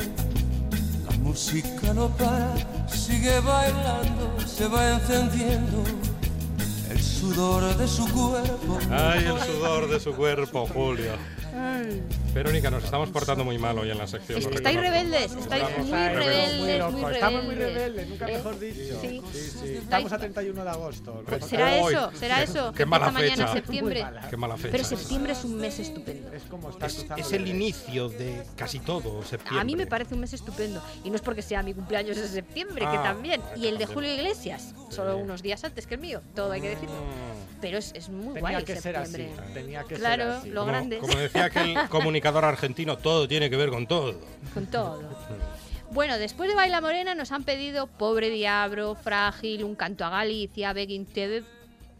[SPEAKER 2] La música no para, sigue bailando, se va encendiendo. El sudor de su cuerpo.
[SPEAKER 3] Ay, el sudor de su cuerpo, Julio.
[SPEAKER 4] Ay.
[SPEAKER 3] Verónica, nos estamos portando muy mal hoy en la sección.
[SPEAKER 4] Es-
[SPEAKER 3] lo
[SPEAKER 4] estáis
[SPEAKER 3] reconozco.
[SPEAKER 4] rebeldes, estáis
[SPEAKER 3] Estamos
[SPEAKER 4] muy
[SPEAKER 5] Estamos
[SPEAKER 4] rebeldes, muy
[SPEAKER 5] locos, Estamos muy
[SPEAKER 4] rebeldes.
[SPEAKER 5] rebeldes, nunca
[SPEAKER 4] Eh,
[SPEAKER 5] mejor dicho.
[SPEAKER 4] sí.
[SPEAKER 5] sí, sí. Estamos a 31 de agosto.
[SPEAKER 3] Pues
[SPEAKER 4] Será
[SPEAKER 3] Hoy.
[SPEAKER 4] eso, será eso.
[SPEAKER 3] Qué
[SPEAKER 4] que
[SPEAKER 3] mala
[SPEAKER 4] empieza mañana
[SPEAKER 3] fecha.
[SPEAKER 4] septiembre.
[SPEAKER 5] Muy mala.
[SPEAKER 3] Qué mala fecha.
[SPEAKER 4] Pero septiembre es un mes estupendo.
[SPEAKER 5] Es como estar
[SPEAKER 3] Es-
[SPEAKER 5] cruzando
[SPEAKER 3] es el
[SPEAKER 5] Everest.
[SPEAKER 3] inicio de casi todo septiembre.
[SPEAKER 4] A mí me parece un mes estupendo. Y no es porque sea mi cumpleaños de septiembre, que
[SPEAKER 3] Ah,
[SPEAKER 4] también.
[SPEAKER 3] ah,
[SPEAKER 4] Y el de
[SPEAKER 3] también.
[SPEAKER 4] Julio Iglesias, solo
[SPEAKER 3] Sí.
[SPEAKER 4] unos días antes que el mío. Todo hay que decirlo.
[SPEAKER 3] Mm.
[SPEAKER 4] Pero es, es muy
[SPEAKER 5] Tenía
[SPEAKER 4] guay
[SPEAKER 5] que ser así.
[SPEAKER 4] septiembre.
[SPEAKER 5] Tenía que
[SPEAKER 4] Claro,
[SPEAKER 5] ser así.
[SPEAKER 4] lo-
[SPEAKER 3] Como,
[SPEAKER 4] grande.
[SPEAKER 3] como decía aquel comunicador argentino, todo tiene que ver con todo.
[SPEAKER 4] Con todo. Bueno, después de Baila Morena nos han pedido Pobre Diablo, Frágil, Un Canto a Galicia, Begin Te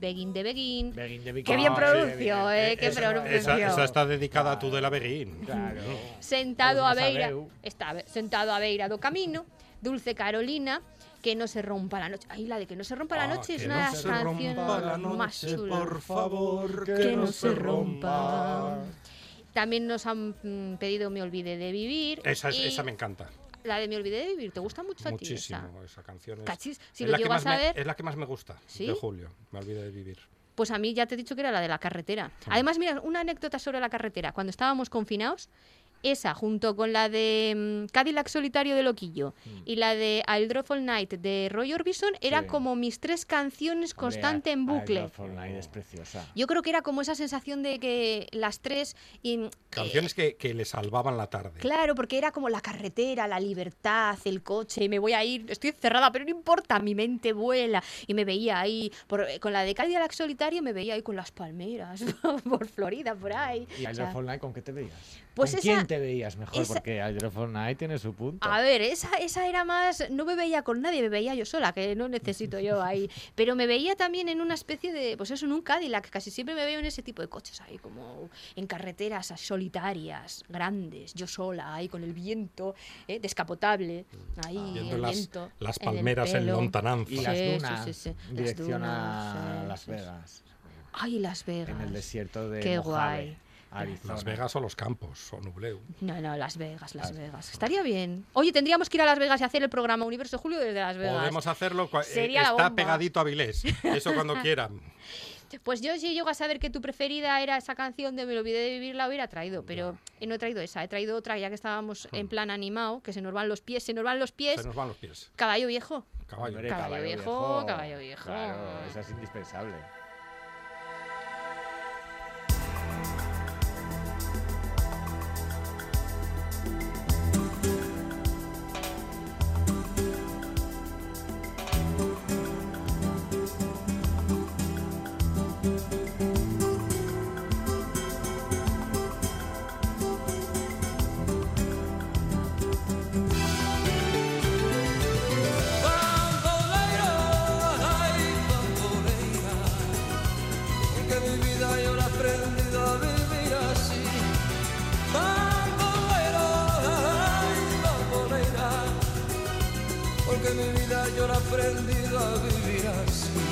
[SPEAKER 4] Begin de Begin.
[SPEAKER 5] Begin de Big
[SPEAKER 4] Qué
[SPEAKER 3] Ah,
[SPEAKER 4] bien
[SPEAKER 5] Bang,
[SPEAKER 4] pronuncio,
[SPEAKER 5] ah, sí,
[SPEAKER 4] eh, qué
[SPEAKER 5] Esa-
[SPEAKER 4] pronuncio.
[SPEAKER 3] Esa, esa está dedicada a
[SPEAKER 5] Claro.
[SPEAKER 3] tu de la Beguín.
[SPEAKER 5] Claro.
[SPEAKER 4] Sentado a
[SPEAKER 5] Algo más
[SPEAKER 4] beira,
[SPEAKER 5] sabeu.
[SPEAKER 4] está be- sentado a beira do camino, Dulce Carolina, que no se rompa la noche. Ay, la de que no se rompa la
[SPEAKER 3] Ah,
[SPEAKER 4] noche es
[SPEAKER 3] que
[SPEAKER 4] una
[SPEAKER 3] no
[SPEAKER 4] de las
[SPEAKER 3] se rompa
[SPEAKER 4] canciones
[SPEAKER 3] la
[SPEAKER 4] más
[SPEAKER 3] noche,
[SPEAKER 4] chulas.
[SPEAKER 3] por favor, que,
[SPEAKER 4] Que no no se se rompa. rompa. También nos han mm, pedido Me olvidé de vivir.
[SPEAKER 3] Esa, es-
[SPEAKER 4] y
[SPEAKER 3] esa me encanta
[SPEAKER 4] La de Me olvidé de vivir, ¿te gusta mucho a ti? esa?
[SPEAKER 3] muchísimo. Esa canción es,
[SPEAKER 4] Cachis, si
[SPEAKER 3] es
[SPEAKER 4] lo
[SPEAKER 3] la que
[SPEAKER 4] llego a
[SPEAKER 3] más me-
[SPEAKER 4] saber-
[SPEAKER 3] es la que más me gusta
[SPEAKER 4] ¿Sí?
[SPEAKER 3] de Julio. Me olvidé de vivir.
[SPEAKER 4] Pues a mí ya te he dicho que era la de la carretera. Además, mira, una anécdota sobre la carretera. Cuando estábamos confinados, esa junto con la de mm, Cadillac Solitario de Loquillo
[SPEAKER 3] Mm.
[SPEAKER 4] y la de I'll Drop All Night de Roy Orbison era
[SPEAKER 5] Sí.
[SPEAKER 4] como mis tres canciones constante en
[SPEAKER 5] Hombre,
[SPEAKER 4] bucle.
[SPEAKER 5] Eyes of Online es preciosa.
[SPEAKER 4] Yo creo que era como esa sensación de que las tres... y, mm, eh,
[SPEAKER 3] Canciones que, que le salvaban la tarde.
[SPEAKER 4] Claro, porque era como la carretera, la libertad, el coche, me voy a ir, estoy cerrada, pero no importa, mi mente vuela. Y me veía ahí, por- con la de Cadillac Solitario, me veía ahí con las palmeras, por Florida, por ahí.
[SPEAKER 5] ¿Y
[SPEAKER 4] O
[SPEAKER 5] Aldrop
[SPEAKER 4] sea,
[SPEAKER 5] Online con qué te veías?
[SPEAKER 4] pues
[SPEAKER 5] ¿Con
[SPEAKER 4] esa-
[SPEAKER 5] quién te veías mejor?
[SPEAKER 4] esa-
[SPEAKER 5] Porque Aldrop Online tiene su punto.
[SPEAKER 4] a ver, esa, esa era más, no me veía con nadie, me veía yo sola, que no necesito yo ahí. Pero me veía también en una especie de, pues eso, en un Cadillac, casi siempre me veo en ese tipo de coches ahí, como en carreteras solitarias, grandes, yo sola, ahí con el viento, eh, descapotable, ahí,
[SPEAKER 3] Mm. Ah. Viendo
[SPEAKER 4] el
[SPEAKER 3] las,
[SPEAKER 4] viento,
[SPEAKER 3] las
[SPEAKER 4] en el
[SPEAKER 3] palmeras en,
[SPEAKER 4] pelo.
[SPEAKER 5] Y
[SPEAKER 3] lontananza.
[SPEAKER 5] las
[SPEAKER 4] Sí, sí,
[SPEAKER 5] dunas,
[SPEAKER 4] sí, sí. Las
[SPEAKER 5] dirección a
[SPEAKER 4] dunas, sí,
[SPEAKER 5] Las
[SPEAKER 4] sí, sí.
[SPEAKER 5] Vegas,
[SPEAKER 4] Ay, Las Vegas.
[SPEAKER 5] en el desierto de
[SPEAKER 4] Qué
[SPEAKER 5] Mojave,
[SPEAKER 4] guay.
[SPEAKER 5] Arizona.
[SPEAKER 3] Las Vegas o los campos, o Nubleu.
[SPEAKER 4] No, no, Las Vegas, Las
[SPEAKER 3] Ah.
[SPEAKER 5] Las
[SPEAKER 4] Vegas. Estaría bien. Oye, tendríamos que ir a Las Vegas y hacer el programa Universo Julio desde Las Vegas.
[SPEAKER 3] Podemos hacerlo. cua- eh,
[SPEAKER 4] Sería la
[SPEAKER 3] está
[SPEAKER 4] bomba.
[SPEAKER 3] pegadito a Vilés. Eso cuando quieran.
[SPEAKER 4] Pues yo si llego a saber que tu preferida era esa canción de Me olvidé de vivir, la hubiera traído, pero eh, no he traído esa, he traído otra ya que estábamos en plan animado, que se nos van los pies, se nos van
[SPEAKER 3] Hmm.
[SPEAKER 4] los
[SPEAKER 3] Se
[SPEAKER 4] pies.
[SPEAKER 3] nos van los pies.
[SPEAKER 4] Caballo viejo.
[SPEAKER 3] Caballo.
[SPEAKER 5] Hombre,
[SPEAKER 4] Caballo viejo, caballo viejo.
[SPEAKER 5] Claro, esa es indispensable.
[SPEAKER 2] Bandolera, ay bandolera, porque mi vida yo la he aprendido a vivir así. Bandolera, ay bandolera, porque mi vida yo la he aprendido a vivir así.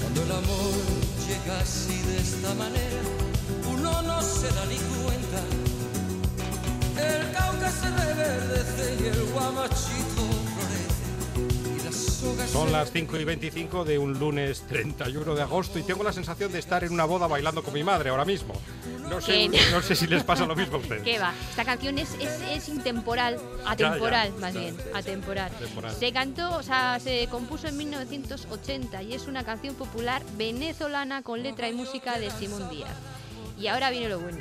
[SPEAKER 2] Cuando el amor llega así de esta manera, uno no se da ni cuenta. El cauca se reverdece y el guamachito florece. Y las hojas
[SPEAKER 3] Son
[SPEAKER 2] se-
[SPEAKER 3] las 5 y 25 de un lunes 31 de agosto y tengo la sensación de estar en una boda bailando con mi madre ahora mismo. No sé,
[SPEAKER 4] ¿Qué?
[SPEAKER 3] no sé si les pasa lo mismo a ustedes.
[SPEAKER 4] ¿Qué va? Esta canción es, es, es intemporal, atemporal
[SPEAKER 3] ya,
[SPEAKER 4] más
[SPEAKER 3] ya,
[SPEAKER 4] bien,
[SPEAKER 3] sí, sí.
[SPEAKER 4] atemporal.
[SPEAKER 3] Temporal.
[SPEAKER 4] Se cantó, o sea, se compuso en 1980 y es una canción popular venezolana con letra y música de Simón Díaz. Y ahora viene lo bueno.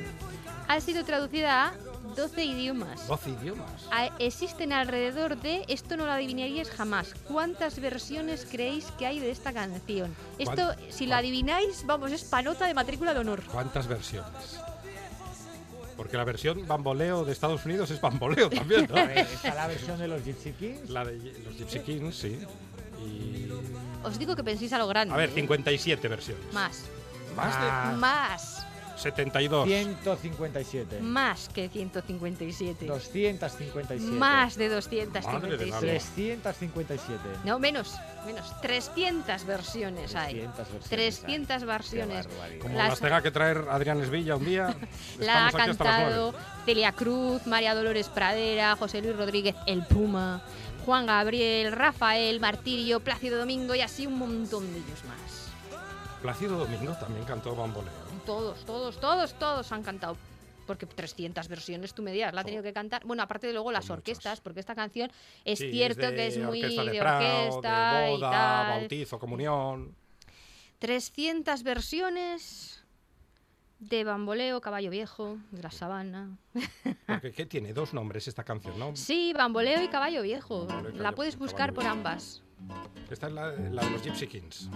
[SPEAKER 4] Ha sido traducida a 12 idiomas.
[SPEAKER 3] 12 idiomas.
[SPEAKER 4] A- existen alrededor de, esto no lo adivinaríais jamás, ¿cuántas versiones creéis que hay de esta canción? Esto,
[SPEAKER 3] ¿Cuán-
[SPEAKER 4] si lo
[SPEAKER 3] cuán-
[SPEAKER 4] adivináis, vamos, es panota de matrícula de honor.
[SPEAKER 3] ¿Cuántas versiones? Porque la versión bamboleo de Estados Unidos es bamboleo también, ¿no?
[SPEAKER 5] Está la versión de los Gypsy Kings.
[SPEAKER 3] La de los Gypsy Kings, sí. Y...
[SPEAKER 4] Os digo que penséis a lo grande.
[SPEAKER 3] A ver,
[SPEAKER 4] ¿eh?
[SPEAKER 3] 57 versiones.
[SPEAKER 4] Más.
[SPEAKER 3] Más de
[SPEAKER 5] Ah,
[SPEAKER 4] Más.
[SPEAKER 3] 72.
[SPEAKER 5] 157.
[SPEAKER 4] Más que 157.
[SPEAKER 5] 257.
[SPEAKER 4] Más de
[SPEAKER 3] Madre de la
[SPEAKER 4] 257.
[SPEAKER 3] luz.
[SPEAKER 5] 357.
[SPEAKER 4] No, menos, menos. 300 versiones hay.
[SPEAKER 5] 300 versiones.
[SPEAKER 4] 300 versiones.
[SPEAKER 5] Qué barbaridad.
[SPEAKER 3] Como
[SPEAKER 4] Las-
[SPEAKER 3] las tenga que traer Adrián Esvilla un día.
[SPEAKER 4] La ha
[SPEAKER 3] estamos aquí hasta las
[SPEAKER 4] cantado
[SPEAKER 3] nueve.
[SPEAKER 4] Celia Cruz, María Dolores Pradera, José Luis Rodríguez El Puma, Juan Gabriel, Rafael Martirio, Plácido Domingo y así un montón de ellos más.
[SPEAKER 3] Plácido Domingo también cantó bamboleo.
[SPEAKER 4] Todos, todos, todos, todos han cantado. Porque 300 versiones, tú me dirás, la ha tenido que cantar. Bueno, aparte de luego las
[SPEAKER 3] Oh. Son muchas.
[SPEAKER 4] orquestas, porque esta canción es
[SPEAKER 3] Sí,
[SPEAKER 4] cierto
[SPEAKER 3] de
[SPEAKER 4] que es muy
[SPEAKER 3] orquesta de,
[SPEAKER 4] de
[SPEAKER 3] Prado,
[SPEAKER 4] orquesta
[SPEAKER 3] de
[SPEAKER 4] y
[SPEAKER 3] boda,
[SPEAKER 4] tal.
[SPEAKER 3] bautizo, comunión.
[SPEAKER 4] 300 versiones de Bamboleo, Caballo Viejo, de la Sabana.
[SPEAKER 3] Porque, ¿Qué tiene dos nombres esta canción, no?
[SPEAKER 4] Sí, Bamboleo y Caballo Viejo.
[SPEAKER 3] Bamboleo y
[SPEAKER 4] La
[SPEAKER 3] Caballo-
[SPEAKER 4] puedes
[SPEAKER 3] Caballo
[SPEAKER 4] buscar por
[SPEAKER 3] Viejo.
[SPEAKER 4] ambas.
[SPEAKER 3] Esta es la, la de los Gypsy Kings.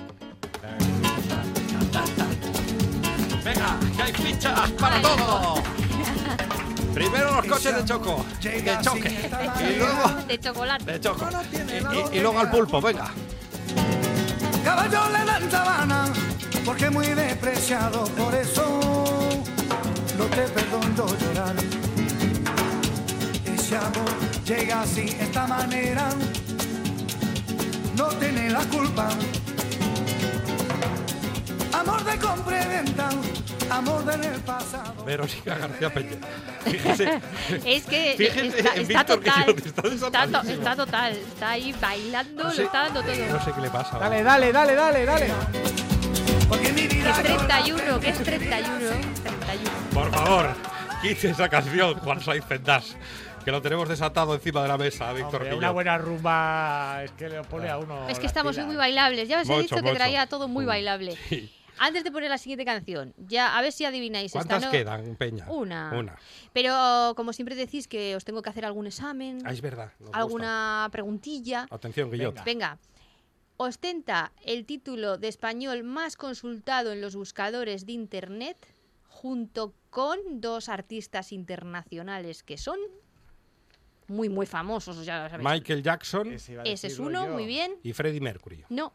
[SPEAKER 3] Venga, que hay ficha para
[SPEAKER 4] Vale.
[SPEAKER 3] todo. Primero los coches de choco, de choque, y luego
[SPEAKER 4] De chocolate.
[SPEAKER 3] de choco, y, y- y luego al pulpo, venga.
[SPEAKER 7] Caballo le dan sabana, porque es muy despreciado, por eso no te perdono llorar. Ese amor llega así, esta manera, no tiene la culpa. Amor de compra y venta, amor del pasado.
[SPEAKER 3] Verónica García Peña. Fíjese,
[SPEAKER 4] Es que
[SPEAKER 3] Fíjate
[SPEAKER 4] está,
[SPEAKER 3] en
[SPEAKER 4] está
[SPEAKER 3] Víctor
[SPEAKER 4] total.
[SPEAKER 3] Quijote, está
[SPEAKER 4] Está, to-
[SPEAKER 3] desaparecidísimo.
[SPEAKER 4] está total. Está ahí bailando,
[SPEAKER 3] No sé.
[SPEAKER 4] lo está dando
[SPEAKER 3] ¿Ah, no
[SPEAKER 4] todo.
[SPEAKER 3] sé qué le pasa.
[SPEAKER 5] Dale, dale, dale, dale, dale.
[SPEAKER 7] Porque mi
[SPEAKER 4] Que
[SPEAKER 7] vida
[SPEAKER 4] es
[SPEAKER 7] yo la
[SPEAKER 4] 31, que es
[SPEAKER 7] perdí
[SPEAKER 4] 31.
[SPEAKER 7] así.
[SPEAKER 4] 31.
[SPEAKER 3] Por favor, quite esa canción, Juan Saiz Pendas, que lo tenemos desatado encima de la mesa, Víctor
[SPEAKER 5] Hombre,
[SPEAKER 3] Quillot.
[SPEAKER 5] una buena rumba es que le pone a uno.
[SPEAKER 4] Es que
[SPEAKER 5] las
[SPEAKER 4] estamos hoy
[SPEAKER 5] pilas.
[SPEAKER 4] muy bailables. Ya os he
[SPEAKER 3] Mucho,
[SPEAKER 4] dicho que
[SPEAKER 3] mucho.
[SPEAKER 4] traía todo muy bailable.
[SPEAKER 3] Sí.
[SPEAKER 4] Antes de poner la siguiente canción, ya a ver si adivináis esta,
[SPEAKER 3] ¿Cuántas
[SPEAKER 4] ¿no?
[SPEAKER 3] quedan, Peña?
[SPEAKER 4] Una.
[SPEAKER 3] Una.
[SPEAKER 4] Pero como siempre decís que os tengo que hacer algún examen,
[SPEAKER 3] Ah, es verdad. nos
[SPEAKER 4] alguna preguntilla.
[SPEAKER 3] gusta. Atención, Guillot.
[SPEAKER 5] Venga.
[SPEAKER 4] Venga. Ostenta el título de español más consultado en los buscadores de internet junto con dos artistas internacionales que son muy muy famosos, ya lo sabéis.
[SPEAKER 3] Michael Jackson
[SPEAKER 5] Ese iba a
[SPEAKER 4] Ese es
[SPEAKER 5] decirlo
[SPEAKER 4] uno,
[SPEAKER 5] yo.
[SPEAKER 4] muy bien.
[SPEAKER 3] y Freddie Mercury.
[SPEAKER 4] No,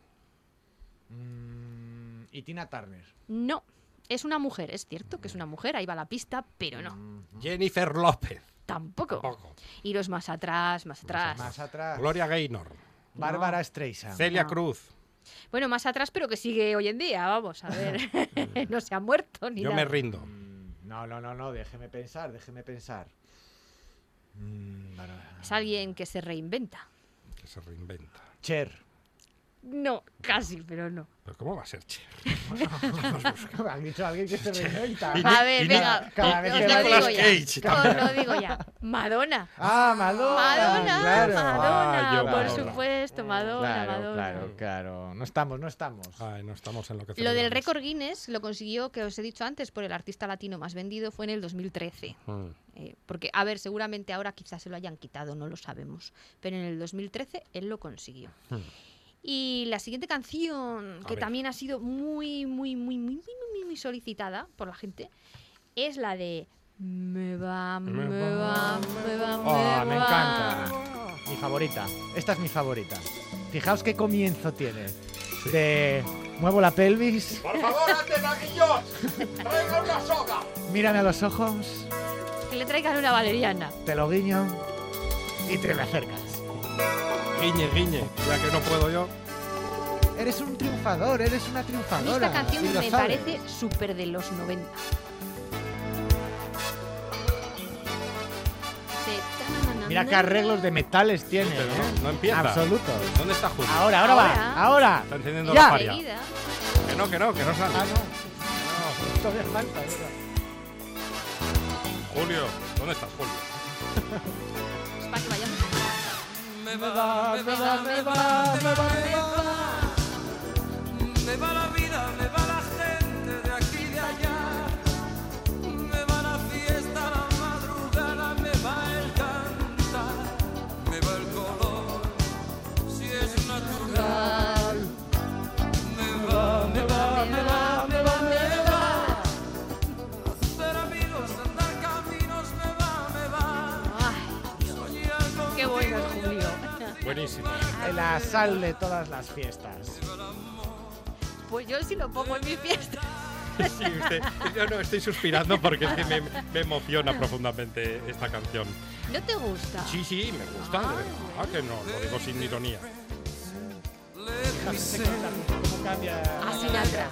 [SPEAKER 5] Mm, y Tina Turner.
[SPEAKER 4] no. Es una mujer, es cierto que es una mujer, ahí va la pista, pero no,
[SPEAKER 3] Jennifer López.
[SPEAKER 4] tampoco.
[SPEAKER 3] Poco.
[SPEAKER 4] Iros más atrás, más atrás.
[SPEAKER 5] Más atrás.
[SPEAKER 3] Gloria Gaynor.
[SPEAKER 5] Bárbara Streisand.
[SPEAKER 3] Celia
[SPEAKER 4] No.
[SPEAKER 3] Cruz.
[SPEAKER 4] Bueno, más atrás, pero que sigue hoy en día, vamos, a ver. no se ha muerto ni
[SPEAKER 3] Yo me
[SPEAKER 4] nada.
[SPEAKER 3] rindo.
[SPEAKER 5] Mm, No, no, no, no, déjeme pensar, déjeme pensar. Mm, Bárbara-
[SPEAKER 4] Es alguien que se reinventa.
[SPEAKER 3] Que se reinventa.
[SPEAKER 5] Cher.
[SPEAKER 4] No, casi, pero no.
[SPEAKER 3] Pero ¿cómo va a ser, che?
[SPEAKER 5] Han dicho alguien que se reinventa.
[SPEAKER 4] A ver,
[SPEAKER 3] y
[SPEAKER 4] venga,
[SPEAKER 5] cada vez
[SPEAKER 4] os
[SPEAKER 5] que
[SPEAKER 4] lo
[SPEAKER 5] Nicolas
[SPEAKER 4] digo
[SPEAKER 3] Cage
[SPEAKER 4] ya. Os lo digo ya. Madonna.
[SPEAKER 5] Ah, Madonna.
[SPEAKER 4] Madonna,
[SPEAKER 5] claro.
[SPEAKER 4] Madonna,
[SPEAKER 3] Ah, yo
[SPEAKER 4] por
[SPEAKER 3] Madonna.
[SPEAKER 4] supuesto, Madonna,
[SPEAKER 5] claro,
[SPEAKER 4] Madonna.
[SPEAKER 5] claro, claro. No estamos, no estamos.
[SPEAKER 3] Ay, no estamos en lo que
[SPEAKER 4] Lo del
[SPEAKER 3] celebramos.
[SPEAKER 4] récord Guinness lo consiguió, que os he dicho antes, por el artista latino más vendido, fue en el 2013.
[SPEAKER 3] Mm.
[SPEAKER 4] Eh, porque, a ver, seguramente ahora quizás se lo hayan quitado, no lo sabemos. Pero en el 2013 él lo consiguió. Y la siguiente canción,
[SPEAKER 3] A
[SPEAKER 4] que
[SPEAKER 3] ver.
[SPEAKER 4] también ha sido muy, muy, muy, muy, muy, muy, muy solicitada por la gente, es la de Me va, me,
[SPEAKER 3] Me
[SPEAKER 4] va, me va,
[SPEAKER 5] Oh,
[SPEAKER 4] me,
[SPEAKER 5] me
[SPEAKER 4] va.
[SPEAKER 5] encanta. Mi favorita. Esta es mi favorita. Fijaos qué comienzo tiene. De muevo la pelvis,
[SPEAKER 3] Por favor, antes a Guillot. Traiga una soga.
[SPEAKER 5] mírame a los ojos,
[SPEAKER 4] Que le traigan una valeriana.
[SPEAKER 5] te lo guiño y te me acercas.
[SPEAKER 3] Guiñe, guiñe. Ya que no puedo yo.
[SPEAKER 5] Eres un triunfador, eres una
[SPEAKER 4] A mí
[SPEAKER 5] triunfadora.
[SPEAKER 4] esta canción
[SPEAKER 5] y lo
[SPEAKER 4] me
[SPEAKER 5] sabes.
[SPEAKER 4] parece súper de los 90. De-
[SPEAKER 5] Mira qué arreglos de metales tiene.
[SPEAKER 3] Pero
[SPEAKER 5] ¿eh?
[SPEAKER 3] no, no empieza.
[SPEAKER 5] Absoluto.
[SPEAKER 3] ¿Dónde está Julio?
[SPEAKER 5] Ahora, ahora, va,
[SPEAKER 4] Ahora.
[SPEAKER 5] ahora.
[SPEAKER 3] Está encendiendo
[SPEAKER 5] Ya.
[SPEAKER 3] la paria.
[SPEAKER 4] Bebida.
[SPEAKER 3] Que no, que no, que no sale.
[SPEAKER 5] Ah, no. Todavía falta, ¿eh? ¿verdad?
[SPEAKER 3] Julio, ¿dónde estás, Julio?
[SPEAKER 4] Es Pues para que vayamos.
[SPEAKER 2] Me va, me va, me va, me va, me va. Me va la vida, me va la gente de aquí y de allá. natural. Me va, me va, me va, me va, me va. Hacer amigos, andar caminos, me va, me va. Soñar con
[SPEAKER 4] Qué bueno es Julio.
[SPEAKER 3] Buenísimo.
[SPEAKER 5] La sal de todas las fiestas.
[SPEAKER 4] Pues yo sí lo pongo en mi fiesta.
[SPEAKER 3] Sí, usted- yo no estoy suspirando porque es que me, me emociona profundamente esta canción.
[SPEAKER 4] ¿No te gusta?
[SPEAKER 3] Sí, sí, me gusta. de verdad, que no, lo digo sin ironía.
[SPEAKER 2] let me sing
[SPEAKER 5] ¿Cómo cambia?
[SPEAKER 4] A Sinatra.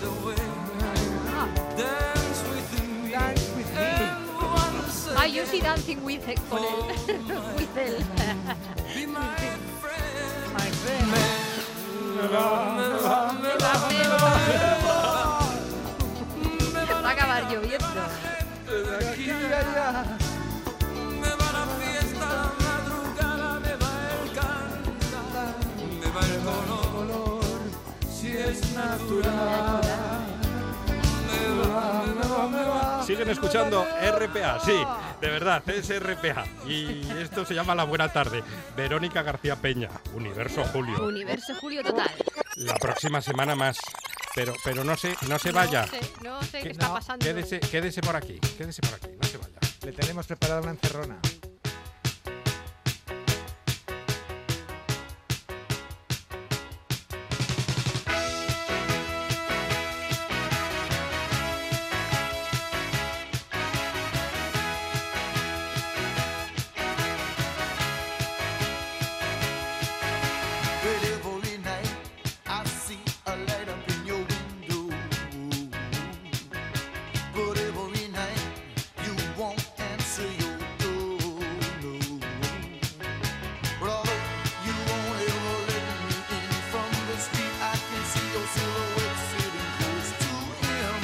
[SPEAKER 2] the way. Dance Ah. with me. And once
[SPEAKER 4] Ay, yo sí dancing with con él. with él.
[SPEAKER 2] be my friend.
[SPEAKER 4] Va a acabar lloviendo.
[SPEAKER 2] Me va la fiesta, la madrugada, me va el cantar, me va el color, si es natural. Me va, me va, me va.
[SPEAKER 3] Siguen escuchando RPA, sí, de verdad, es RPA. Y esto se llama La Buena Tarde. Verónica García Peña, Universo Julio.
[SPEAKER 4] Universo Julio total.
[SPEAKER 3] La próxima semana más. Pero, pero no se, no se vaya.
[SPEAKER 4] No sé, no sé qué
[SPEAKER 3] Que-
[SPEAKER 4] está
[SPEAKER 3] no,
[SPEAKER 4] pasando.
[SPEAKER 3] Quédese, quédese por aquí, quédese por aquí, no se vaya.
[SPEAKER 5] Le tenemos preparada una encerrona.
[SPEAKER 8] But every night I see a light up in your window. But every night you won't answer your door. No. But although you won't ever let me in from the street, I can see your silhouette sitting close to him.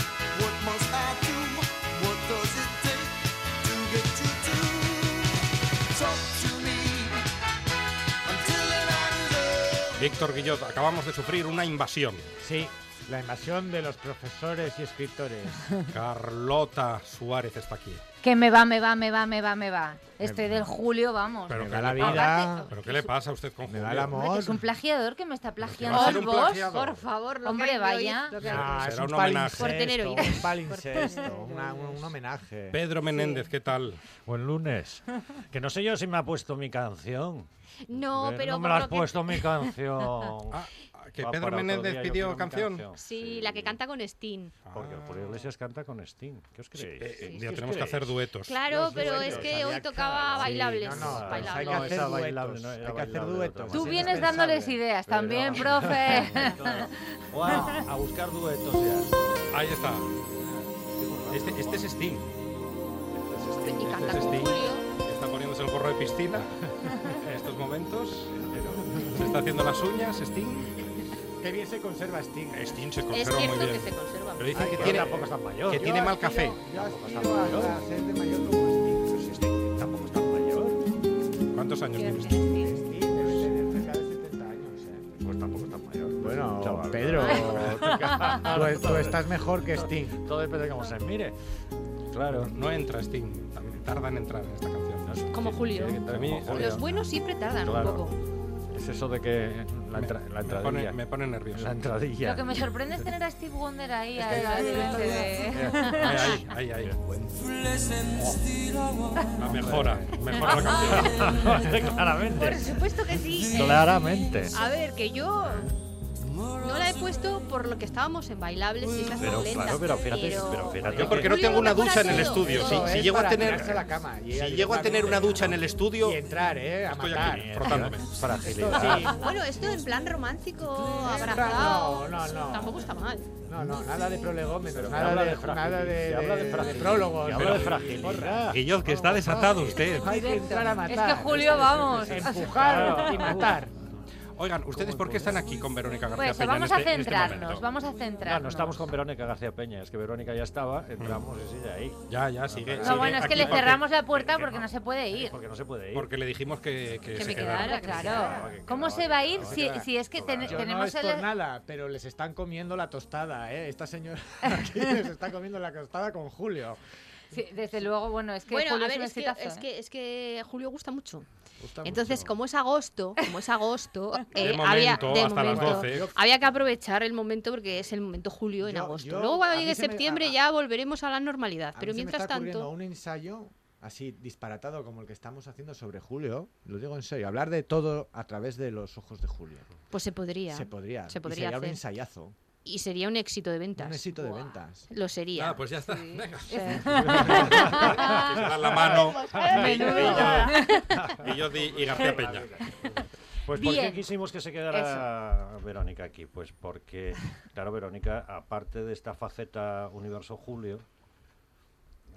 [SPEAKER 8] What must I do? What does it take to get you to talk to me? I'm telling I'm in love.
[SPEAKER 3] Víctor Guillot, acabamos de sufrir una invasión.
[SPEAKER 5] Sí, la invasión de los profesores y escritores.
[SPEAKER 3] Carlota Suárez está aquí.
[SPEAKER 9] Que me va, me va, me va, me va, me va. Este del Julio, vamos.
[SPEAKER 3] Pero
[SPEAKER 5] me
[SPEAKER 3] que
[SPEAKER 5] da la
[SPEAKER 3] le-
[SPEAKER 5] vida,
[SPEAKER 3] ¿Pero qué le pasa a usted con
[SPEAKER 5] me
[SPEAKER 3] Julio?
[SPEAKER 5] da el
[SPEAKER 9] Hombre, que
[SPEAKER 5] amor.
[SPEAKER 9] es un plagiador que me está
[SPEAKER 3] va a
[SPEAKER 9] plagiando
[SPEAKER 3] ser
[SPEAKER 9] el
[SPEAKER 3] un
[SPEAKER 9] voz.
[SPEAKER 3] plagiado.
[SPEAKER 4] Por favor, lo
[SPEAKER 9] Hombre,
[SPEAKER 4] que hay que
[SPEAKER 9] vaya.
[SPEAKER 4] oír, lo que hay que
[SPEAKER 5] Ah,
[SPEAKER 3] Será
[SPEAKER 5] es un
[SPEAKER 3] un homenaje.
[SPEAKER 5] palincesto,
[SPEAKER 4] Por tener oídos.
[SPEAKER 5] un palincesto, una- un, un homenaje.
[SPEAKER 3] Pedro Menéndez, ¿qué tal?
[SPEAKER 10] Buen lunes. Que no sé yo si me ha puesto mi canción.
[SPEAKER 4] oír. No,
[SPEAKER 10] Eh,
[SPEAKER 4] pero
[SPEAKER 10] no me
[SPEAKER 4] por
[SPEAKER 10] la
[SPEAKER 4] lo
[SPEAKER 10] has
[SPEAKER 4] que-
[SPEAKER 10] puesto mi canción.
[SPEAKER 3] Ah, que
[SPEAKER 10] Va
[SPEAKER 3] Pedro
[SPEAKER 10] para otro
[SPEAKER 3] Menéndez
[SPEAKER 10] día, yo
[SPEAKER 3] pidió
[SPEAKER 10] quiero mi
[SPEAKER 3] canción. Ah.
[SPEAKER 4] Sí, la que canta con Sting.
[SPEAKER 10] Porque el Julio Iglesias canta con Sting. ¿Qué os creéis?
[SPEAKER 3] Eh,
[SPEAKER 10] ¿Qué
[SPEAKER 3] ya
[SPEAKER 10] os
[SPEAKER 3] tenemos que
[SPEAKER 10] creéis?
[SPEAKER 3] hacer duetos.
[SPEAKER 4] Claro,
[SPEAKER 10] Los
[SPEAKER 4] pero
[SPEAKER 10] dueños,
[SPEAKER 4] es que
[SPEAKER 5] había
[SPEAKER 4] hoy
[SPEAKER 5] que-
[SPEAKER 4] tocaba
[SPEAKER 5] sí,
[SPEAKER 4] bailables.
[SPEAKER 5] no, no,
[SPEAKER 10] pues
[SPEAKER 4] bailables.
[SPEAKER 5] hay que
[SPEAKER 10] No,
[SPEAKER 5] hacer
[SPEAKER 10] esa
[SPEAKER 5] duetos,
[SPEAKER 10] bailable, no, era
[SPEAKER 5] hay que hacer
[SPEAKER 10] bailable de otra
[SPEAKER 5] duetos.
[SPEAKER 9] Tú
[SPEAKER 10] Sí,
[SPEAKER 9] vienes
[SPEAKER 10] es
[SPEAKER 9] dándoles
[SPEAKER 5] indispensable.
[SPEAKER 9] ideas también,
[SPEAKER 10] Pero-
[SPEAKER 9] profe.
[SPEAKER 10] Guau, a buscar duetos ya.
[SPEAKER 3] Ahí está. Este, este es Sting.
[SPEAKER 4] Y canta
[SPEAKER 3] Este es
[SPEAKER 4] con
[SPEAKER 3] Sting.
[SPEAKER 4] Julio.
[SPEAKER 3] Está poniéndose el gorro de piscina en estos momentos. Pero se está haciendo las uñas, Sting.
[SPEAKER 5] Qué bien se conserva Sting.
[SPEAKER 3] Sting se
[SPEAKER 4] Es
[SPEAKER 3] conserva muy
[SPEAKER 4] cierto que
[SPEAKER 3] bien.
[SPEAKER 4] se conserva.
[SPEAKER 3] Pero dicen que
[SPEAKER 10] Pero
[SPEAKER 3] tiene,
[SPEAKER 10] tampoco es tan mayor.
[SPEAKER 3] que
[SPEAKER 10] Yo
[SPEAKER 3] tiene mal café.
[SPEAKER 5] Yo aspiro a ser de mayor como
[SPEAKER 10] Pues Sting tampoco es tan mayor.
[SPEAKER 3] ¿Cuántos años tiene Sting?
[SPEAKER 4] Sting.
[SPEAKER 5] Sting. Sting debe tener cerca de 70 años. eh.
[SPEAKER 10] Pues tampoco es tan mayor. Pues es un
[SPEAKER 5] Bueno,
[SPEAKER 10] chaval.
[SPEAKER 5] Pedro, tú, tú estás mejor que Sting.
[SPEAKER 10] Todo depende de cómo se mire. Claro.
[SPEAKER 3] No entra Sting. Tam- Tarda en entrar en esta canción.
[SPEAKER 10] No sé,
[SPEAKER 4] Como
[SPEAKER 10] tiene-
[SPEAKER 4] Julio.
[SPEAKER 10] tiene que entrar
[SPEAKER 3] A mí-
[SPEAKER 10] como Julio.
[SPEAKER 4] Los buenos siempre tardan
[SPEAKER 10] Claro.
[SPEAKER 4] un poco.
[SPEAKER 10] Es eso de que la, entra- la
[SPEAKER 3] Me pone,
[SPEAKER 10] entradilla.
[SPEAKER 3] me pone nervioso.
[SPEAKER 10] La entradilla.
[SPEAKER 9] Lo que me sorprende es tener a Steve Wonder ahí. ahí, ahí, ahí.
[SPEAKER 3] Ahí, ahí, ahí. La mejora. Mejora la canción.
[SPEAKER 4] Por
[SPEAKER 10] Claramente.
[SPEAKER 4] supuesto que sí. eh.
[SPEAKER 10] Claramente.
[SPEAKER 4] A ver, que yo no la he puesto por lo que estábamos en bailables y esas
[SPEAKER 10] Pero
[SPEAKER 4] lentas.
[SPEAKER 10] claro, pero fíjate, pero fíjate
[SPEAKER 3] Yo
[SPEAKER 10] que-
[SPEAKER 3] porque no
[SPEAKER 4] Julio,
[SPEAKER 3] tengo una
[SPEAKER 4] mejor
[SPEAKER 3] ducha en el
[SPEAKER 4] aseo.
[SPEAKER 3] estudio. Si,
[SPEAKER 5] Todo
[SPEAKER 3] si
[SPEAKER 5] es
[SPEAKER 3] llego a
[SPEAKER 5] para
[SPEAKER 3] tener,
[SPEAKER 5] tirarse a la cama y
[SPEAKER 3] si
[SPEAKER 5] ir
[SPEAKER 3] llego a tener una ducha en el estudio,
[SPEAKER 5] Y entrar, ¿eh? A
[SPEAKER 3] estoy
[SPEAKER 5] matar.
[SPEAKER 3] aquí frotándome.
[SPEAKER 10] Fragilidad.
[SPEAKER 4] Bueno, esto en plan romántico,
[SPEAKER 5] No,
[SPEAKER 4] abrazado.
[SPEAKER 5] no, no.
[SPEAKER 4] Tampoco está mal.
[SPEAKER 5] No, no, nada de prolegómenos,
[SPEAKER 10] Se habla
[SPEAKER 5] nada de,
[SPEAKER 10] de fragilidad,
[SPEAKER 5] nada de,
[SPEAKER 10] se habla de
[SPEAKER 5] de-
[SPEAKER 10] fragilidad,
[SPEAKER 5] de prólogos.
[SPEAKER 10] se habla de
[SPEAKER 5] ¿no?
[SPEAKER 10] fragilidad.
[SPEAKER 3] Guillot, que está desatado usted.
[SPEAKER 5] Hay que entrar a
[SPEAKER 9] Es
[SPEAKER 5] matar.
[SPEAKER 9] que Julio, vamos.
[SPEAKER 5] Empujar y matar.
[SPEAKER 3] Oigan, ¿ustedes por qué están aquí con Verónica García
[SPEAKER 9] Pues
[SPEAKER 3] Peña en
[SPEAKER 9] vamos
[SPEAKER 3] este,
[SPEAKER 9] a
[SPEAKER 3] en este
[SPEAKER 9] centrarnos,
[SPEAKER 3] momento?
[SPEAKER 9] vamos a
[SPEAKER 10] No,
[SPEAKER 9] centrarnos.
[SPEAKER 10] no estamos con Verónica García Peña, es que Verónica ya estaba, entramos y sigue ahí.
[SPEAKER 3] Ya, ya, sigue.
[SPEAKER 9] No,
[SPEAKER 3] sigue
[SPEAKER 9] bueno, es que
[SPEAKER 3] aquí
[SPEAKER 9] le
[SPEAKER 3] porque-
[SPEAKER 9] cerramos la puerta
[SPEAKER 10] que
[SPEAKER 9] porque
[SPEAKER 10] no.
[SPEAKER 9] no se puede ir.
[SPEAKER 10] Porque no se puede ir.
[SPEAKER 3] Porque le dijimos que, que
[SPEAKER 4] Que
[SPEAKER 3] se
[SPEAKER 4] me
[SPEAKER 3] quedara.
[SPEAKER 4] quedara,
[SPEAKER 9] Claro.
[SPEAKER 10] claro.
[SPEAKER 9] ¿Cómo se va a ir si,
[SPEAKER 5] Claro.
[SPEAKER 9] si es que ten-
[SPEAKER 5] Yo no
[SPEAKER 9] tenemos
[SPEAKER 5] es por
[SPEAKER 9] el...
[SPEAKER 5] nada, pero les están comiendo la tostada, ¿eh? Esta señora aquí les está comiendo la tostada con Julio.
[SPEAKER 9] Sí, desde luego, bueno, es que
[SPEAKER 4] bueno,
[SPEAKER 9] Julio
[SPEAKER 4] a ver,
[SPEAKER 9] es un
[SPEAKER 4] es que,
[SPEAKER 9] exitazo,
[SPEAKER 4] es,
[SPEAKER 9] ¿eh?
[SPEAKER 4] que, es que Julio gusta mucho.
[SPEAKER 3] Gusta
[SPEAKER 4] Entonces,
[SPEAKER 3] mucho.
[SPEAKER 4] como es agosto, como es agosto, eh,
[SPEAKER 3] momento,
[SPEAKER 4] había, de
[SPEAKER 3] hasta las
[SPEAKER 4] momento,
[SPEAKER 3] 12.
[SPEAKER 4] había que aprovechar el momento porque es el momento julio en
[SPEAKER 5] Yo-
[SPEAKER 4] agosto.
[SPEAKER 5] yo-
[SPEAKER 4] Luego
[SPEAKER 5] a
[SPEAKER 4] cuando
[SPEAKER 5] mí
[SPEAKER 4] llegue
[SPEAKER 5] se me-
[SPEAKER 4] septiembre
[SPEAKER 5] a-
[SPEAKER 4] ya volveremos a la normalidad.
[SPEAKER 5] A mí
[SPEAKER 4] Pero
[SPEAKER 5] se me
[SPEAKER 4] mientras
[SPEAKER 5] está ocurriendo
[SPEAKER 4] tanto,
[SPEAKER 5] un ensayo así disparatado como el que estamos haciendo sobre Julio, lo digo en serio, hablar de todo a través de los ojos de Julio.
[SPEAKER 4] pues se podría.
[SPEAKER 5] Se podría.
[SPEAKER 4] Se
[SPEAKER 5] y
[SPEAKER 4] podría
[SPEAKER 5] sería un
[SPEAKER 4] hacer.
[SPEAKER 5] ensayazo,
[SPEAKER 4] Y sería un éxito de ventas.
[SPEAKER 5] un éxito de ventas.
[SPEAKER 4] Lo sería. Eh,
[SPEAKER 3] Ah, pues ya está.
[SPEAKER 9] Sí.
[SPEAKER 3] Venga. Se
[SPEAKER 9] Sí.
[SPEAKER 3] dan la mano.
[SPEAKER 9] Menudo.
[SPEAKER 3] Y yo di y García Peña.
[SPEAKER 10] Pues ¿por qué
[SPEAKER 9] Bien.
[SPEAKER 10] quisimos que se quedara Verónica aquí? Pues porque, claro, Verónica, aparte de esta faceta Universo Julio,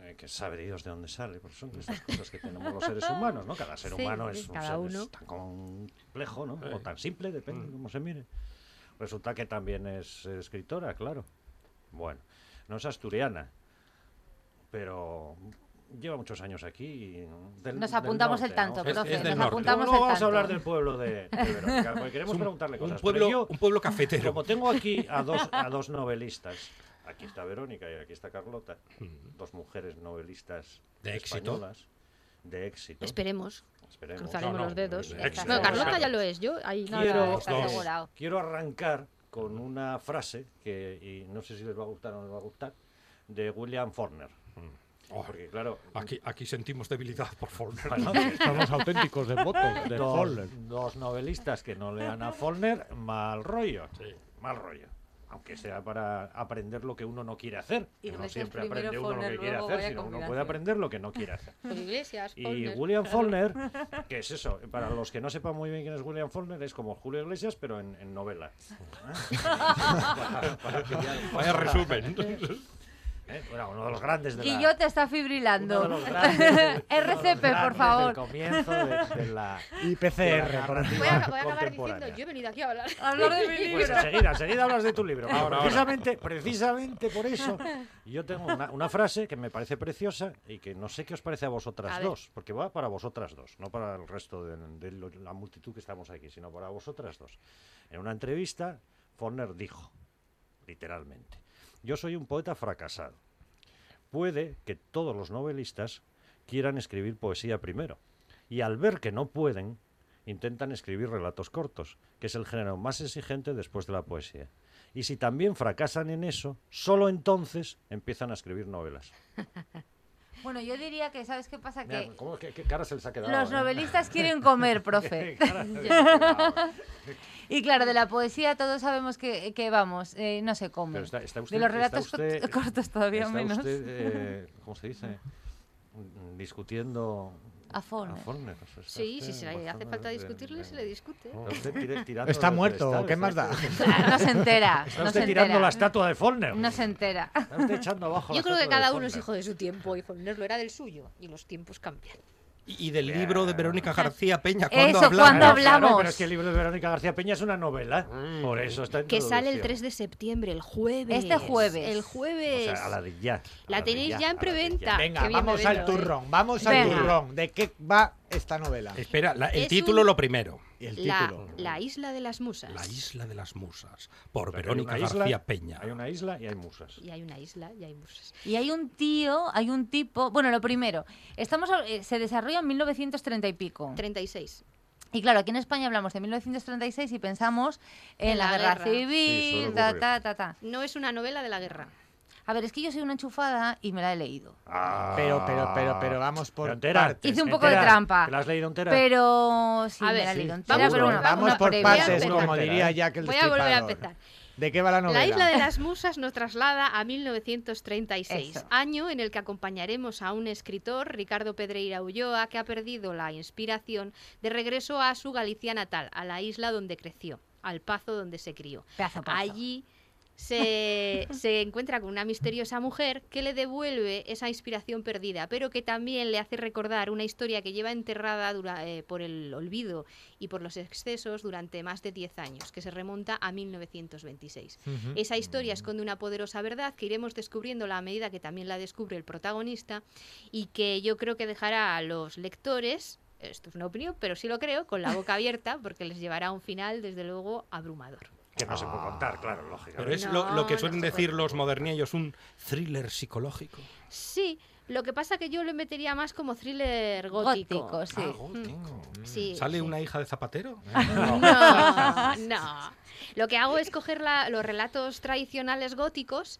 [SPEAKER 10] eh, que sabe Dios de dónde sale, porque son estas cosas que tenemos los seres humanos, ¿no? Cada ser
[SPEAKER 4] Sí,
[SPEAKER 10] humano
[SPEAKER 4] sí,
[SPEAKER 10] es un
[SPEAKER 4] cada
[SPEAKER 10] ser
[SPEAKER 4] uno.
[SPEAKER 10] es tan complejo, ¿no?
[SPEAKER 3] Eh.
[SPEAKER 10] O tan simple,
[SPEAKER 3] Mm.
[SPEAKER 10] depende de cómo se mire. Resulta que también es eh, escritora, claro. Bueno, no es asturiana, pero lleva muchos años aquí. y, mm, del-
[SPEAKER 9] Nos
[SPEAKER 10] del
[SPEAKER 9] apuntamos el
[SPEAKER 10] norte,
[SPEAKER 9] tanto,
[SPEAKER 10] ¿no?
[SPEAKER 3] Es-
[SPEAKER 9] profe.
[SPEAKER 3] es del
[SPEAKER 9] nos
[SPEAKER 3] norte.
[SPEAKER 9] apuntamos
[SPEAKER 10] Luego
[SPEAKER 9] el
[SPEAKER 10] vamos
[SPEAKER 9] tanto.
[SPEAKER 10] a hablar del pueblo de, de Verónica, porque queremos
[SPEAKER 3] Es un-
[SPEAKER 10] preguntarle cosas.
[SPEAKER 3] Un pueblo,
[SPEAKER 10] pero yo,
[SPEAKER 3] un pueblo cafetero.
[SPEAKER 10] como tengo aquí a dos, a dos novelistas, aquí está Verónica y aquí está Carlota,
[SPEAKER 3] Mm.
[SPEAKER 10] dos mujeres novelistas
[SPEAKER 3] De éxito.
[SPEAKER 10] españolas, de éxito.
[SPEAKER 4] Esperemos.
[SPEAKER 10] Esperemos.
[SPEAKER 4] Cruzaremos
[SPEAKER 3] No, no,
[SPEAKER 4] los dedos.
[SPEAKER 3] de
[SPEAKER 4] Ya está.
[SPEAKER 3] éxito,
[SPEAKER 4] No, Carlota
[SPEAKER 3] claro.
[SPEAKER 4] ya lo es. Yo ahí
[SPEAKER 9] No, no,
[SPEAKER 10] Quiero-
[SPEAKER 9] está
[SPEAKER 3] Dos.
[SPEAKER 9] asegurado.
[SPEAKER 10] Quiero arrancar con una frase que y no sé si les va a gustar o no les va a gustar, de William Faulkner.
[SPEAKER 3] Oh,
[SPEAKER 10] Porque claro,
[SPEAKER 3] aquí, aquí sentimos debilidad por Faulkner.
[SPEAKER 10] bueno,
[SPEAKER 5] Somos auténticos devotos de Foller.
[SPEAKER 10] dos, dos novelistas que no lean a Follner, mal rollo. Mal rollo. Aunque sea para aprender lo que uno no quiere hacer.
[SPEAKER 9] Y
[SPEAKER 10] uno
[SPEAKER 9] veces
[SPEAKER 10] siempre
[SPEAKER 9] primero
[SPEAKER 10] aprende uno lo
[SPEAKER 9] Follner,
[SPEAKER 10] que quiere
[SPEAKER 9] luego
[SPEAKER 10] hacer,
[SPEAKER 9] vaya
[SPEAKER 10] sino uno puede
[SPEAKER 9] combinación.
[SPEAKER 10] aprender lo que no quiere hacer.
[SPEAKER 4] Pues Iglesias,
[SPEAKER 10] Y
[SPEAKER 4] Faulkner.
[SPEAKER 10] William Faulkner, que es eso, para los que no sepan muy bien quién es William Faulkner, es como Julio Iglesias, pero en, en novela. Para- para que ya-
[SPEAKER 3] Vaya resumen.
[SPEAKER 10] ¿eh? Bueno, uno de los grandes de la,
[SPEAKER 9] Guillot está
[SPEAKER 10] uno de
[SPEAKER 9] fibrilando.
[SPEAKER 10] los grandes del- uno de los
[SPEAKER 9] RCP,
[SPEAKER 10] grandes
[SPEAKER 9] por
[SPEAKER 10] Del
[SPEAKER 9] favor.
[SPEAKER 10] comienzo de, de la,
[SPEAKER 5] Y
[SPEAKER 10] de la
[SPEAKER 5] PCR. por-
[SPEAKER 4] Voy a, voy a acabar diciendo,
[SPEAKER 10] contemporánea.
[SPEAKER 4] yo he venido aquí a hablar.
[SPEAKER 9] Hablar de mi
[SPEAKER 10] Pues
[SPEAKER 9] libro.
[SPEAKER 10] enseguida, enseguida hablas de tu libro. Pero
[SPEAKER 3] Ahora, ahora.
[SPEAKER 10] precisamente, precisamente por eso, yo tengo una, una frase que me parece preciosa y que no sé qué os parece a vosotras
[SPEAKER 4] A ver.
[SPEAKER 10] dos, porque va para vosotras dos, no para el resto de, de lo- la multitud que estamos aquí, sino para vosotras dos. En una entrevista, Forner dijo, literalmente, yo soy un poeta fracasado. Puede que todos los novelistas quieran escribir poesía primero. Y al ver que no pueden, intentan escribir relatos cortos, que es el género más exigente después de la poesía. Y si también fracasan en eso, solo entonces empiezan a escribir novelas.
[SPEAKER 9] Bueno, yo diría que, ¿sabes qué pasa? Que
[SPEAKER 10] Mira, ¿cómo- qué, qué cara se les ha quedado?
[SPEAKER 9] los
[SPEAKER 10] eh?
[SPEAKER 9] novelistas quieren comer,
[SPEAKER 10] Qué
[SPEAKER 4] eh.
[SPEAKER 9] profe.
[SPEAKER 10] cara se les ha quedado.
[SPEAKER 9] Y claro, de la poesía todos sabemos que, que vamos, eh, no se come.
[SPEAKER 10] Pero está- está usted-
[SPEAKER 9] de los
[SPEAKER 10] está
[SPEAKER 9] relatos
[SPEAKER 10] usted-
[SPEAKER 9] cort- cortos todavía
[SPEAKER 10] Está
[SPEAKER 9] menos.
[SPEAKER 10] usted, eh, ¿cómo se dice? Mm, Discutiendo
[SPEAKER 9] A Faulkner.
[SPEAKER 10] Faulkner, o sea, está
[SPEAKER 4] Sí,
[SPEAKER 10] usted
[SPEAKER 4] sí, si le hace
[SPEAKER 10] bastante
[SPEAKER 4] falta
[SPEAKER 10] de-
[SPEAKER 4] discutirle, se le discute.
[SPEAKER 10] Está usted tira- tirando
[SPEAKER 5] Está
[SPEAKER 10] del
[SPEAKER 5] muerto,
[SPEAKER 10] pedestal,
[SPEAKER 5] ¿qué
[SPEAKER 10] está
[SPEAKER 5] más da?
[SPEAKER 10] usted-
[SPEAKER 9] No se entera.
[SPEAKER 10] Está
[SPEAKER 9] No
[SPEAKER 10] usted
[SPEAKER 9] se
[SPEAKER 10] tirando la
[SPEAKER 9] entera.
[SPEAKER 10] estatua de Faulkner.
[SPEAKER 9] No se entera.
[SPEAKER 10] Está usted echando abajo la
[SPEAKER 4] Yo creo que
[SPEAKER 10] estatua de
[SPEAKER 4] cada uno es
[SPEAKER 10] Faulkner.
[SPEAKER 4] hijo de su tiempo y Faulkner lo era del suyo y los tiempos cambian.
[SPEAKER 3] Y y del libro de Verónica García Peña.
[SPEAKER 9] Eso,
[SPEAKER 3] ¿Cuándo hablamos?
[SPEAKER 9] ¿cuándo
[SPEAKER 10] Claro, claro,
[SPEAKER 9] hablamos?
[SPEAKER 10] pero es que el libro de Verónica García Peña es una novela. Por eso está en
[SPEAKER 4] Que sale el
[SPEAKER 10] introducción.
[SPEAKER 4] 3 de septiembre, el jueves.
[SPEAKER 9] Este jueves.
[SPEAKER 4] El jueves.
[SPEAKER 10] O sea, a la de ya. a
[SPEAKER 4] La
[SPEAKER 10] de
[SPEAKER 4] tenéis ya en
[SPEAKER 10] a la de
[SPEAKER 4] preventa.
[SPEAKER 5] Venga,
[SPEAKER 4] Qué bien
[SPEAKER 5] vamos
[SPEAKER 4] me
[SPEAKER 5] al
[SPEAKER 4] veo, ¿eh?
[SPEAKER 5] turrón, vamos al
[SPEAKER 9] Venga.
[SPEAKER 5] turrón. ¿De qué va esta
[SPEAKER 4] Ah.
[SPEAKER 5] novela?
[SPEAKER 3] Espera, la- el
[SPEAKER 4] Es
[SPEAKER 3] título
[SPEAKER 4] un-
[SPEAKER 3] lo primero.
[SPEAKER 5] Y el
[SPEAKER 4] ¿eh? La,
[SPEAKER 5] título.
[SPEAKER 4] la isla de las musas.
[SPEAKER 3] La isla de las musas. Por
[SPEAKER 10] O sea, que hay
[SPEAKER 3] Verónica
[SPEAKER 10] una isla,
[SPEAKER 3] García Peña.
[SPEAKER 10] Hay una isla y hay musas.
[SPEAKER 4] Y hay una isla y hay musas.
[SPEAKER 9] Y hay un tío, hay un tipo. Bueno, lo primero, estamos, a- eh, se desarrolla en 1930 y pico.
[SPEAKER 4] 36.
[SPEAKER 9] Y claro, aquí en España hablamos de 1936 y pensamos en,
[SPEAKER 4] En
[SPEAKER 9] la,
[SPEAKER 4] la
[SPEAKER 9] guerra,
[SPEAKER 4] guerra.
[SPEAKER 10] Sí,
[SPEAKER 9] civil,
[SPEAKER 10] suele
[SPEAKER 9] ta,
[SPEAKER 10] ocurrir.
[SPEAKER 9] ta, ta, ta.
[SPEAKER 4] No es una novela de la guerra.
[SPEAKER 9] A ver, es que yo soy una enchufada y me la he leído.
[SPEAKER 10] Ah.
[SPEAKER 5] Pero, pero, pero, pero vamos por
[SPEAKER 10] Pero entera.
[SPEAKER 5] partes.
[SPEAKER 9] Hice un poco de
[SPEAKER 10] Entera.
[SPEAKER 9] trampa.
[SPEAKER 10] ¿Te ¿La has leído entera?
[SPEAKER 9] Pero sí,
[SPEAKER 4] A
[SPEAKER 9] me
[SPEAKER 4] ver,
[SPEAKER 9] la he
[SPEAKER 4] sí,
[SPEAKER 9] leído
[SPEAKER 4] vamos
[SPEAKER 9] entera, pero
[SPEAKER 4] por-
[SPEAKER 9] bueno,
[SPEAKER 4] vamos
[SPEAKER 9] una
[SPEAKER 5] por
[SPEAKER 9] previa.
[SPEAKER 5] partes,
[SPEAKER 4] pero-
[SPEAKER 5] como
[SPEAKER 10] Espera,
[SPEAKER 5] diría
[SPEAKER 10] ¿eh?
[SPEAKER 5] Jack el
[SPEAKER 4] Voy a volver a
[SPEAKER 5] Destripador.
[SPEAKER 4] empezar.
[SPEAKER 5] ¿De qué va la novela?
[SPEAKER 4] La isla de las musas nos traslada a 1936,
[SPEAKER 9] Eso.
[SPEAKER 4] año en el que acompañaremos a un escritor, Ricardo Pedreira Ulloa, que ha perdido la inspiración de regreso a su Galicia natal, a la isla donde creció, al pazo donde se crió.
[SPEAKER 9] Pedazo, pedazo.
[SPEAKER 4] Allí se, se encuentra con una misteriosa mujer que le devuelve esa inspiración perdida, pero que también le hace recordar una historia que lleva enterrada dura- eh, por el olvido y por los excesos durante más de 10 años, que se remonta a 1926.
[SPEAKER 5] Ujú.
[SPEAKER 4] Esa historia esconde una poderosa verdad que iremos descubriéndola a medida que también la descubre el protagonista y que yo creo que dejará a los lectores, esto es una opinión, pero sí lo creo, con la boca abierta porque les llevará a un final, desde luego, abrumador.
[SPEAKER 10] Que no se puede contar, claro, lógicamente.
[SPEAKER 3] Pero es lo, lo que
[SPEAKER 4] No,
[SPEAKER 3] suelen
[SPEAKER 4] no se
[SPEAKER 3] decir los modernillos, un thriller psicológico.
[SPEAKER 4] Sí, Lo que pasa que yo le metería más como thriller gótico.
[SPEAKER 9] Gótico, sí.
[SPEAKER 3] Ah, gótico.
[SPEAKER 4] Mm.
[SPEAKER 10] mm.
[SPEAKER 4] Sí,
[SPEAKER 3] ¿Sale
[SPEAKER 4] sí.
[SPEAKER 3] una hija de Zapatero?
[SPEAKER 10] Eh,
[SPEAKER 3] Eh,
[SPEAKER 4] No, no. Lo que hago es coger la- los relatos tradicionales góticos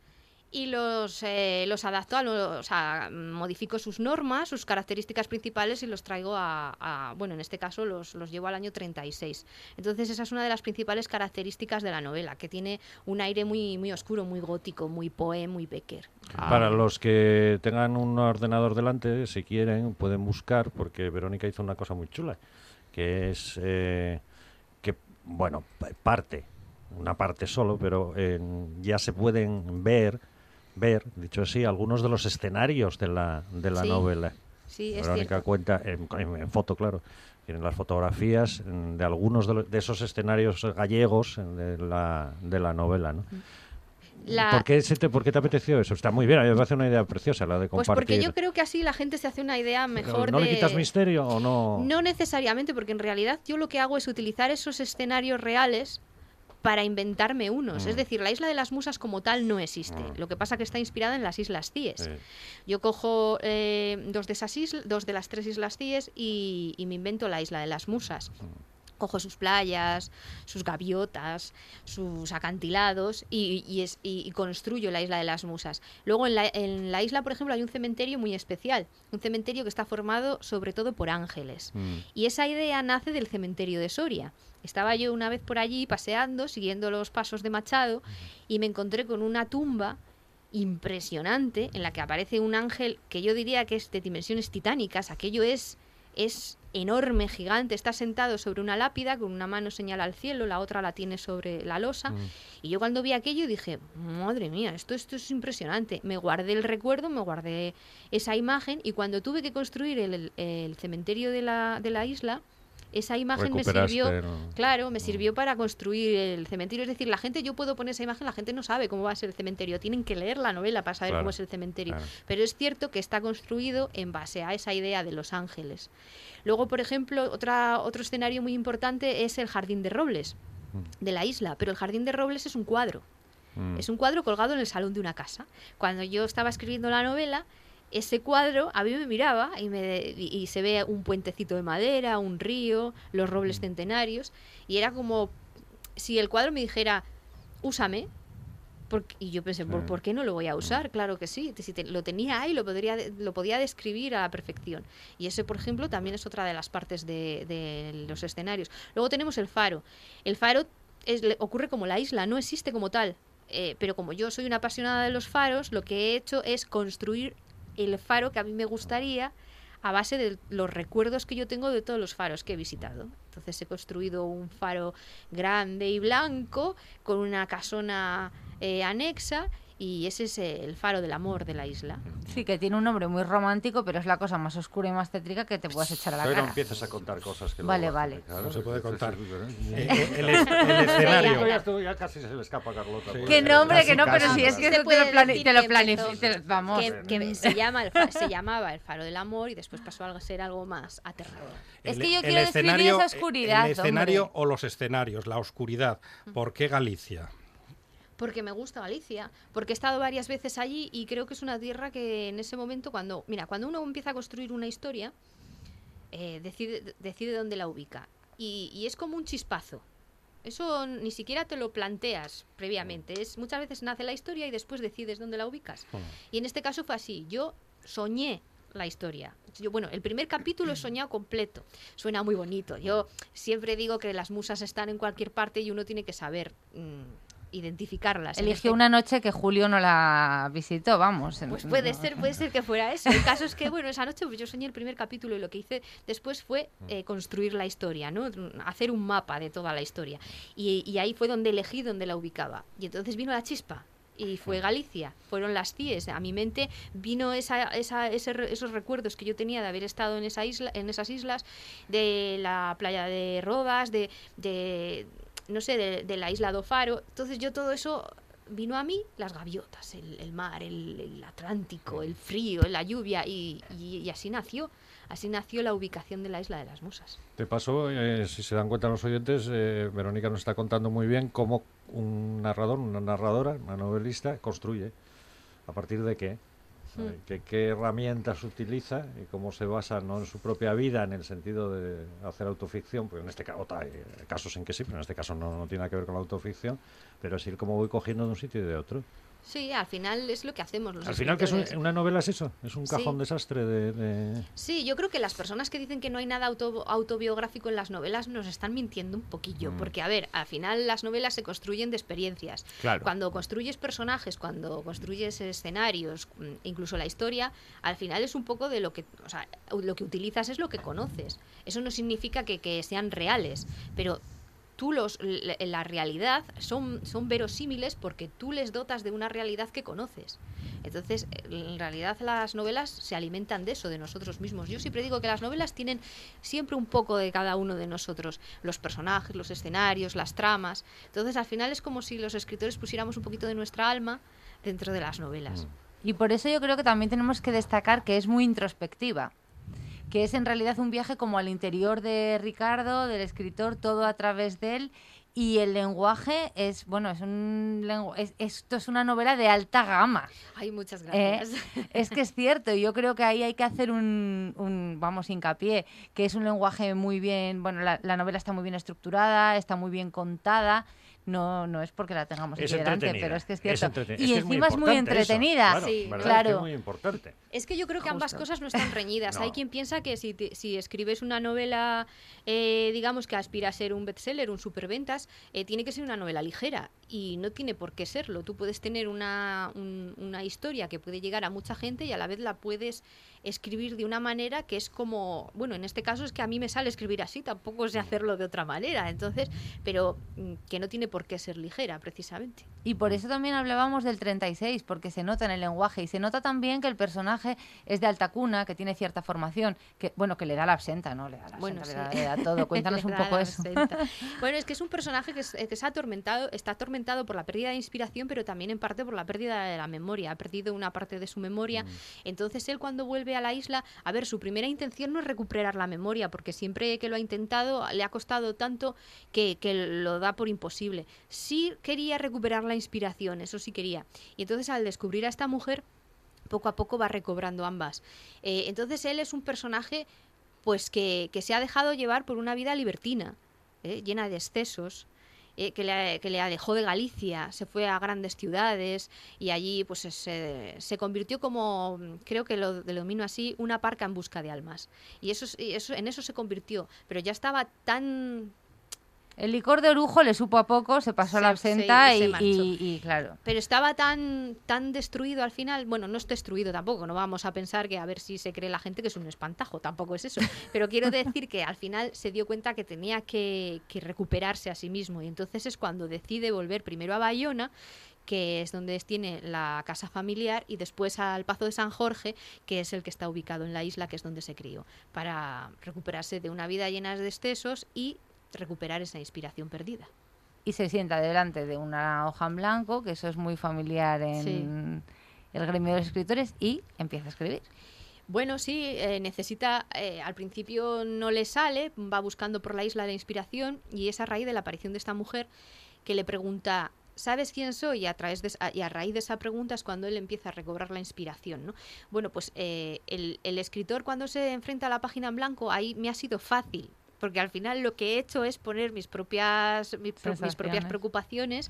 [SPEAKER 4] y los, eh, los adapto a los. O sea, modifico sus normas, sus características principales y los traigo a. a- bueno, en este caso los, los llevo al año 36. Entonces, esa es una de las principales características de la novela, que tiene un aire muy, muy oscuro, muy gótico, muy poe, muy Becker.
[SPEAKER 10] Para los que tengan un ordenador delante, si quieren, pueden buscar, porque Verónica hizo una cosa muy chula, que es eh, que, bueno, pa- parte, una parte solo, pero en- ya se pueden ver, ver, dicho así, algunos de los escenarios de la, de la
[SPEAKER 4] Sí,
[SPEAKER 10] novela.
[SPEAKER 4] Sí, es
[SPEAKER 10] Verónica
[SPEAKER 4] cierto.
[SPEAKER 10] cuenta, en, en- en foto, claro, tienen las fotografías mm, de algunos de, lo- de esos escenarios gallegos eh, de la, de la novela, ¿no?
[SPEAKER 4] La-
[SPEAKER 10] ¿Por, qué se te, por qué te apeteció eso? Está muy bien, a mí me parece una idea preciosa la de
[SPEAKER 4] Pues
[SPEAKER 10] compartir.
[SPEAKER 4] porque yo creo que así la gente se hace una idea mejor
[SPEAKER 10] ¿No
[SPEAKER 4] de...
[SPEAKER 10] le quitas misterio o no?
[SPEAKER 4] No necesariamente, porque en realidad yo lo que hago es utilizar esos escenarios reales para inventarme unos.
[SPEAKER 10] Mm.
[SPEAKER 4] Es decir, la isla de las musas como tal no existe. Lo que pasa que está inspirada en las islas Cíes.
[SPEAKER 10] Sí.
[SPEAKER 4] Yo cojo eh, dos de esas islas, dos de las tres islas Cíes y, y me invento la isla de las musas. Cojo sus playas, sus gaviotas, sus acantilados y, y es- y- y construyo la isla de las musas. Luego en la, en la isla, por ejemplo, hay un cementerio muy especial, un cementerio que está formado sobre todo por ángeles.
[SPEAKER 10] mm.
[SPEAKER 4] Y esa idea nace del cementerio de Soria. Estaba yo una vez por allí paseando, siguiendo los pasos de Machado, y me encontré con una tumba impresionante en la que aparece un ángel que yo diría que es de dimensiones titánicas. Aquello es, es enorme, gigante. Está sentado sobre una lápida, con una mano señala al cielo, la otra la tiene sobre la losa. Y yo cuando vi aquello dije, madre mía, esto, esto es impresionante. Me guardé el recuerdo, me guardé esa imagen y cuando tuve que construir el, el- el cementerio de la, de la isla, esa imagen me
[SPEAKER 10] Recuperaste,
[SPEAKER 4] sirvió...
[SPEAKER 10] ¿no?
[SPEAKER 4] Claro, me sirvió para construir el cementerio. Es decir, la gente, yo puedo poner esa imagen, la gente no sabe cómo va a ser el cementerio. Tienen que leer la novela para saber
[SPEAKER 10] Claro,
[SPEAKER 4] cómo es el cementerio.
[SPEAKER 10] claro.
[SPEAKER 4] Pero es cierto que está construido en base a esa idea de Los Ángeles. Luego, por ejemplo, otra, otro escenario muy importante es el Jardín de Robles de la isla, pero el Jardín de Robles es un cuadro.
[SPEAKER 10] Mm.
[SPEAKER 4] Es un cuadro colgado en el salón de una casa. Cuando yo estaba escribiendo la novela, ese cuadro a mí me miraba y, me, y- y se ve un puentecito de madera, un río, los
[SPEAKER 10] Mm.
[SPEAKER 4] robles centenarios, y era como si el cuadro me dijera, úsame. porque- y yo pensé, ¿por, por qué no lo voy a usar? Claro que sí, si te- lo tenía ahí, lo, podría, de- lo podía describir a la perfección. Y eso, por ejemplo, también es otra de las partes de, de los escenarios. Luego tenemos el faro. El faro es- le- ocurre como la isla, no existe como tal. Eh, pero como yo soy una apasionada de los faros, lo que he hecho es construir el faro que a mí me gustaría a base de los recuerdos que yo tengo de todos los faros que he visitado. Entonces he construido un faro grande y blanco con una casona eh, anexa y ese es eh, el faro del amor de la isla.
[SPEAKER 9] Sí, que tiene un nombre muy romántico, pero es la cosa más oscura y más tétrica que te puedas echar a la
[SPEAKER 10] Pero no
[SPEAKER 9] cara.
[SPEAKER 10] empiezas a contar cosas que
[SPEAKER 9] Vale,
[SPEAKER 10] luego la
[SPEAKER 9] vale.
[SPEAKER 10] gente, claro,
[SPEAKER 3] No se puede contar.
[SPEAKER 10] Eh,
[SPEAKER 3] Eh, eh, el, es- el
[SPEAKER 10] esto
[SPEAKER 3] escenario.
[SPEAKER 10] ya, esto ya casi se le escapa a Carlota.
[SPEAKER 3] Sí.
[SPEAKER 9] Que no, hombre,
[SPEAKER 10] Casi,
[SPEAKER 9] que no,
[SPEAKER 10] casi,
[SPEAKER 9] pero si es
[SPEAKER 10] casi.
[SPEAKER 9] que
[SPEAKER 4] Se
[SPEAKER 9] te
[SPEAKER 4] puede
[SPEAKER 9] lo, plane-
[SPEAKER 4] decir
[SPEAKER 9] te lo
[SPEAKER 4] que
[SPEAKER 9] planificaste, vamos.
[SPEAKER 4] que, que se, llama el fa- se llamaba el faro del amor y después pasó a ser algo más aterrador.
[SPEAKER 9] Es
[SPEAKER 3] El-
[SPEAKER 9] que yo
[SPEAKER 3] el
[SPEAKER 9] quiero describir
[SPEAKER 3] escenario- eh,
[SPEAKER 9] esa oscuridad,
[SPEAKER 3] El escenario
[SPEAKER 9] hombre.
[SPEAKER 3] o los escenarios, la oscuridad. ¿Por qué Galicia?
[SPEAKER 4] Porque me gusta Galicia, porque he estado varias veces allí y creo que es una tierra que en ese momento cuando, mira, cuando uno empieza a construir una historia, eh, decide, decide dónde la ubica. Y, y es como un chispazo. Eso ni siquiera te lo planteas previamente. Es, muchas veces nace la historia y después decides dónde la ubicas. Y en este caso fue así. Yo soñé la historia. Yo, bueno, el primer capítulo he soñado completo. Suena muy bonito. Yo siempre digo que las musas están en cualquier parte y uno tiene que saber mm, identificarlas. En este
[SPEAKER 9] Eligió una noche que Julio no la visitó, vamos.
[SPEAKER 4] pues puede ser, puede ser que fuera eso. El caso es que, bueno, esa noche pues, yo soñé el primer capítulo y lo que hice después fue eh, construir la historia, ¿no? Hacer un mapa de toda la historia. Y, y ahí fue donde elegí dónde la ubicaba. Y entonces vino la chispa. Y fue Galicia, fueron las CIES. A mi mente vino esa, esa- ese re- esos recuerdos que yo tenía de haber estado en, esa isla, en esas islas, de la playa de Rodas, de, de no sé, de, de la isla do Faro. Entonces yo todo eso vino a mí las gaviotas, el, el mar, el, el Atlántico, el frío, la lluvia y, y- y así nació, así nació la ubicación de la isla de las musas.
[SPEAKER 10] Te pasó, eh, si se dan cuenta los oyentes, eh, Verónica nos está contando muy bien cómo un narrador, una narradora, una novelista construye. ¿A partir de qué? ¿sabe? Que qué herramientas utiliza y cómo se basa no en su propia vida en el sentido de hacer autoficción, porque en este caso, casos en que sí, pero en este caso no, no tiene nada que ver con la autoficción, pero es ir como voy cogiendo de un sitio y de otro.
[SPEAKER 4] Sí, al final es lo que hacemos los
[SPEAKER 10] Al final, que Pues es un-
[SPEAKER 4] escritores.
[SPEAKER 10] una novela es eso, es un
[SPEAKER 4] Sí.
[SPEAKER 10] cajón desastre de... de-
[SPEAKER 4] Sí, yo creo que las personas que dicen que no hay nada auto- autobiográfico en las novelas nos están mintiendo un poquillo,
[SPEAKER 10] Mm.
[SPEAKER 4] porque a ver, al final las novelas se construyen de experiencias.
[SPEAKER 10] Claro.
[SPEAKER 4] Cuando construyes personajes, cuando construyes escenarios, mm, incluso la historia, al final es un poco de lo que, o sea, lo que utilizas es lo que conoces. Eso no significa que, que sean reales, pero tú los l- la realidad son son verosímiles porque tú les dotas de una realidad que conoces. Entonces, en realidad las novelas se alimentan de eso, de nosotros mismos. Yo siempre digo que las novelas tienen siempre un poco de cada uno de nosotros, los personajes, los escenarios, las tramas. Entonces, al final es como si los escritores pusiéramos un poquito de nuestra alma dentro de las
[SPEAKER 10] Mm.
[SPEAKER 4] novelas.
[SPEAKER 9] Y por eso yo creo que también tenemos que destacar que es muy introspectiva, que es en realidad un viaje como al interior de Ricardo, del escritor, todo a través de él. Y el lenguaje es, bueno, es un lengu- es- esto es una novela de alta gama.
[SPEAKER 4] Hay muchas
[SPEAKER 9] ¿eh?
[SPEAKER 4] gracias.
[SPEAKER 9] Es que es cierto, y yo creo que ahí hay que hacer un, un, vamos, hincapié, que es un lenguaje muy bien, bueno, la, la novela está muy bien estructurada, está muy bien contada. No, no es porque la tengamos
[SPEAKER 10] Es
[SPEAKER 9] aquí delante,
[SPEAKER 10] entretenida,
[SPEAKER 9] pero es que es
[SPEAKER 10] es
[SPEAKER 9] cierto.
[SPEAKER 10] entretenida.
[SPEAKER 9] y
[SPEAKER 10] Es que es muy
[SPEAKER 9] encima es muy,
[SPEAKER 10] importante eso,
[SPEAKER 9] entretenida.
[SPEAKER 10] claro,
[SPEAKER 4] Sí.
[SPEAKER 10] ¿verdad?
[SPEAKER 9] claro.
[SPEAKER 10] Es que es muy importante.
[SPEAKER 4] Es que yo creo que ambas
[SPEAKER 9] Justo.
[SPEAKER 4] cosas no están reñidas. Hay
[SPEAKER 10] No.
[SPEAKER 4] quien piensa que si, te- si escribes una novela, eh, digamos, que aspira a ser un bestseller, un superventas, eh, tiene que ser una novela ligera y no tiene por qué serlo. Tú puedes tener una, un- una historia que puede llegar a mucha gente y a la vez la puedes escribir de una manera que es como, bueno, en este caso es que a mí me sale escribir así, tampoco sé hacerlo de otra manera, entonces, pero mm, que no tiene por qué ser ligera, precisamente.
[SPEAKER 9] Y por eso también hablábamos del 36, porque se nota en el lenguaje y se nota también que el personaje es de alta cuna, que tiene cierta formación, que bueno, que le da la absenta, ¿no? Le da la absenta,
[SPEAKER 4] Bueno,
[SPEAKER 9] le, da,
[SPEAKER 4] sí.
[SPEAKER 9] le da todo. Cuéntanos
[SPEAKER 4] Le
[SPEAKER 9] un
[SPEAKER 4] da
[SPEAKER 9] poco
[SPEAKER 4] la
[SPEAKER 9] eso.
[SPEAKER 4] absenta. Bueno, es que es un personaje que, es- eh, que se ha atormentado, está atormentado por la pérdida de inspiración, pero también en parte por la pérdida de la memoria. Ha perdido una parte de su memoria. Entonces él cuando vuelve a la isla, a ver, su primera intención no es recuperar la memoria, porque siempre que lo ha intentado le ha costado tanto que, que lo da por imposible. Sí quería recuperar la inspiración, eso sí quería. Y entonces al descubrir a esta mujer, poco a poco va recobrando ambas. Eh, entonces él es un personaje pues que, que se ha dejado llevar por una vida libertina, ¿eh? llena de excesos, eh, que, le, que le alejó de Galicia, se fue a grandes ciudades y allí pues se, se convirtió como, mm, creo que lo denomino así, una parca en busca de almas. Y eso, es- y eso en eso se convirtió, pero ya estaba tan
[SPEAKER 9] El licor de orujo le supo a poco, se pasó a la
[SPEAKER 4] Se- se-
[SPEAKER 9] absenta
[SPEAKER 4] se
[SPEAKER 9] y-
[SPEAKER 4] marchó.
[SPEAKER 9] y- y claro.
[SPEAKER 4] Pero estaba tan, tan destruido al final. Bueno, no es destruido tampoco. No vamos a pensar que a ver si se cree la gente que es un espantajo. Tampoco es eso. Pero quiero decir que al final se dio cuenta que tenía que, que recuperarse a sí mismo. Y entonces es cuando decide volver primero a Bayona que es donde tiene la casa familiar y después al Pazo de San Jorge, que es el que está ubicado en la isla, que es donde se crió, para recuperarse de una vida llena de excesos y recuperar esa inspiración perdida.
[SPEAKER 9] y se sienta delante de una hoja en blanco, que eso es muy familiar en el gremio de los escritores, y empieza a escribir.
[SPEAKER 10] Pues,
[SPEAKER 4] Bueno, sí, eh, necesita, eh, al principio no le sale, va buscando por la isla la inspiración y es a raíz de la aparición de esta mujer que le pregunta, ¿sabes quién soy? Y a, través de esa- y a raíz de esa pregunta es cuando él empieza a recobrar la inspiración. ¿no? Bueno, pues eh, el, el escritor cuando se enfrenta a la página en blanco, ahí me ha sido fácil. Porque al final lo que he hecho es poner mis propias, mi pro- mis, propias
[SPEAKER 9] Sensaciones.
[SPEAKER 4] preocupaciones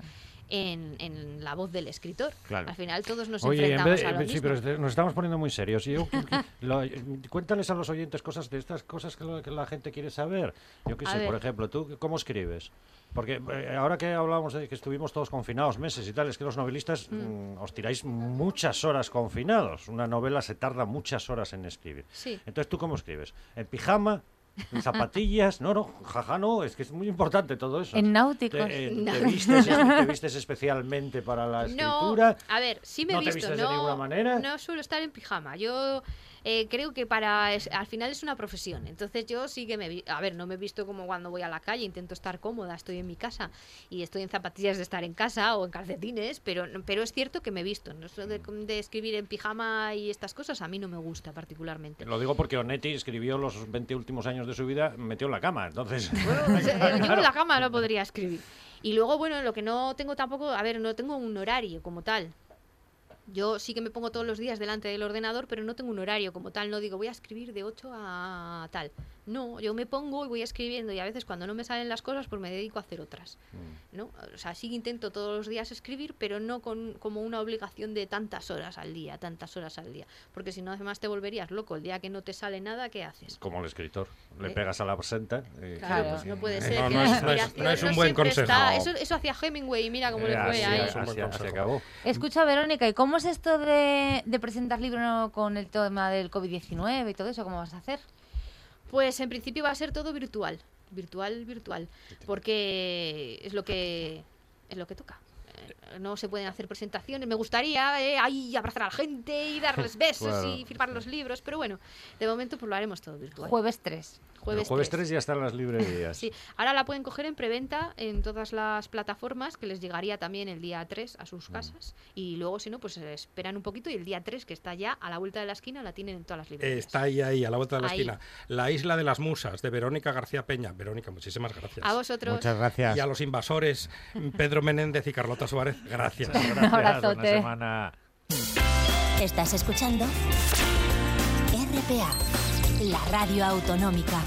[SPEAKER 4] en, en la voz del escritor.
[SPEAKER 10] Claro.
[SPEAKER 4] Al final todos nos
[SPEAKER 10] Oye, en
[SPEAKER 4] enfrentamos
[SPEAKER 10] vez de-
[SPEAKER 4] a lo
[SPEAKER 10] sí,
[SPEAKER 4] mismo.
[SPEAKER 10] pero este- nos estamos poniendo muy serios. Yo, lo- eh, cuéntales a los oyentes cosas de estas cosas que, lo- que la gente quiere saber. Yo qué
[SPEAKER 4] A
[SPEAKER 10] sé, por
[SPEAKER 4] ver.
[SPEAKER 10] ejemplo, ¿tú cómo escribes? Porque eh, ahora que hablábamos de que estuvimos todos confinados meses y tal, es que los novelistas mm, os tiráis muchas horas confinados. Una novela se tarda muchas horas en escribir.
[SPEAKER 4] Sí.
[SPEAKER 10] Entonces, ¿tú cómo escribes? ¿En pijama? ¿En zapatillas? No, no, jaja, no, es que es muy importante todo eso.
[SPEAKER 9] En náuticos.
[SPEAKER 10] Te, eh, te
[SPEAKER 4] No.
[SPEAKER 10] vistes, te vistes especialmente para la escritura.
[SPEAKER 4] No, a ver, sí me
[SPEAKER 10] ¿No
[SPEAKER 4] he
[SPEAKER 10] te
[SPEAKER 4] visto.
[SPEAKER 10] vistes de
[SPEAKER 4] no,
[SPEAKER 10] ninguna manera?
[SPEAKER 4] no suelo estar en pijama. Yo eh, creo que para es- al final es una profesión. Entonces yo sí que me... vi- A ver, no me he visto como cuando voy a la calle. Intento estar cómoda. Estoy en mi casa y estoy en zapatillas de estar en casa o en calcetines. Pero, pero es cierto que me he visto. No
[SPEAKER 10] Mm.
[SPEAKER 4] Eso de, de escribir en pijama y estas cosas a mí no me gusta particularmente.
[SPEAKER 10] Lo digo porque Onetti escribió los 20 últimos años de su vida metido en la cama, entonces...
[SPEAKER 4] O sea, yo en la cama no podría escribir. Y luego, bueno, lo que no tengo tampoco, a ver, no tengo un horario como tal. Yo sí que me pongo todos los días delante del ordenador, pero no tengo un horario como tal. No digo, voy a escribir de 8 a tal. No, yo me pongo y voy escribiendo. Y a veces cuando no me salen las cosas, pues me dedico a hacer otras. ¿no? O sea, sí que intento todos los días escribir, pero no con, como una obligación de tantas horas al día, tantas horas al día. Porque si no, además te volverías loco. El día que no te sale nada, ¿qué haces?
[SPEAKER 10] Como el escritor. Le
[SPEAKER 4] Eh.
[SPEAKER 10] pegas a la absenta. eh, y-
[SPEAKER 4] Claro,
[SPEAKER 10] y-
[SPEAKER 4] no puede ser.
[SPEAKER 3] Eh, No,
[SPEAKER 4] que
[SPEAKER 3] no
[SPEAKER 4] la
[SPEAKER 3] es- no es-
[SPEAKER 4] inspiración
[SPEAKER 3] no es un
[SPEAKER 4] no
[SPEAKER 3] buen
[SPEAKER 4] siempre
[SPEAKER 3] consejo.
[SPEAKER 4] está. Eso, eso hacía Hemingway, mira cómo le
[SPEAKER 10] Eh,
[SPEAKER 4] fue
[SPEAKER 10] así,
[SPEAKER 4] ahí.
[SPEAKER 10] así-
[SPEAKER 3] un buen
[SPEAKER 10] así
[SPEAKER 3] consejo.
[SPEAKER 10] acabó.
[SPEAKER 9] Escucha, Verónica, ¿y cómo es esto de, de presentar libro con el tema del COVID-19 y todo eso? ¿Cómo vas a hacer?
[SPEAKER 4] Pues en principio va a ser todo virtual, virtual, virtual, porque es lo que es lo que toca. Eh, No se pueden hacer presentaciones. Me gustaría eh, ahí abrazar a la gente y darles besos
[SPEAKER 10] Claro,
[SPEAKER 4] y firmar los libros, pero bueno, de momento pues lo haremos todo virtual.
[SPEAKER 9] Jueves 3.
[SPEAKER 10] El jueves 3 ya están las librerías.
[SPEAKER 4] Sí, ahora la pueden coger en preventa en todas las plataformas, que les llegaría también el día 3 a sus casas. Y luego, si no, pues esperan un poquito y el día 3, que está ya a la vuelta de la esquina, la tienen en todas las
[SPEAKER 3] Eh,
[SPEAKER 9] pues
[SPEAKER 4] librerías.
[SPEAKER 3] Está ahí, ahí, a la vuelta de la
[SPEAKER 4] Ahí.
[SPEAKER 3] esquina. La isla de las musas, de Verónica García Peña. Verónica, muchísimas gracias.
[SPEAKER 4] A vosotros.
[SPEAKER 5] Muchas gracias.
[SPEAKER 3] Y a los invasores, Pedro Menéndez y Carlota Suárez, gracias.
[SPEAKER 9] Un abrazote.
[SPEAKER 10] Buena semana.
[SPEAKER 11] Estás escuchando RPA, la radio autonómica.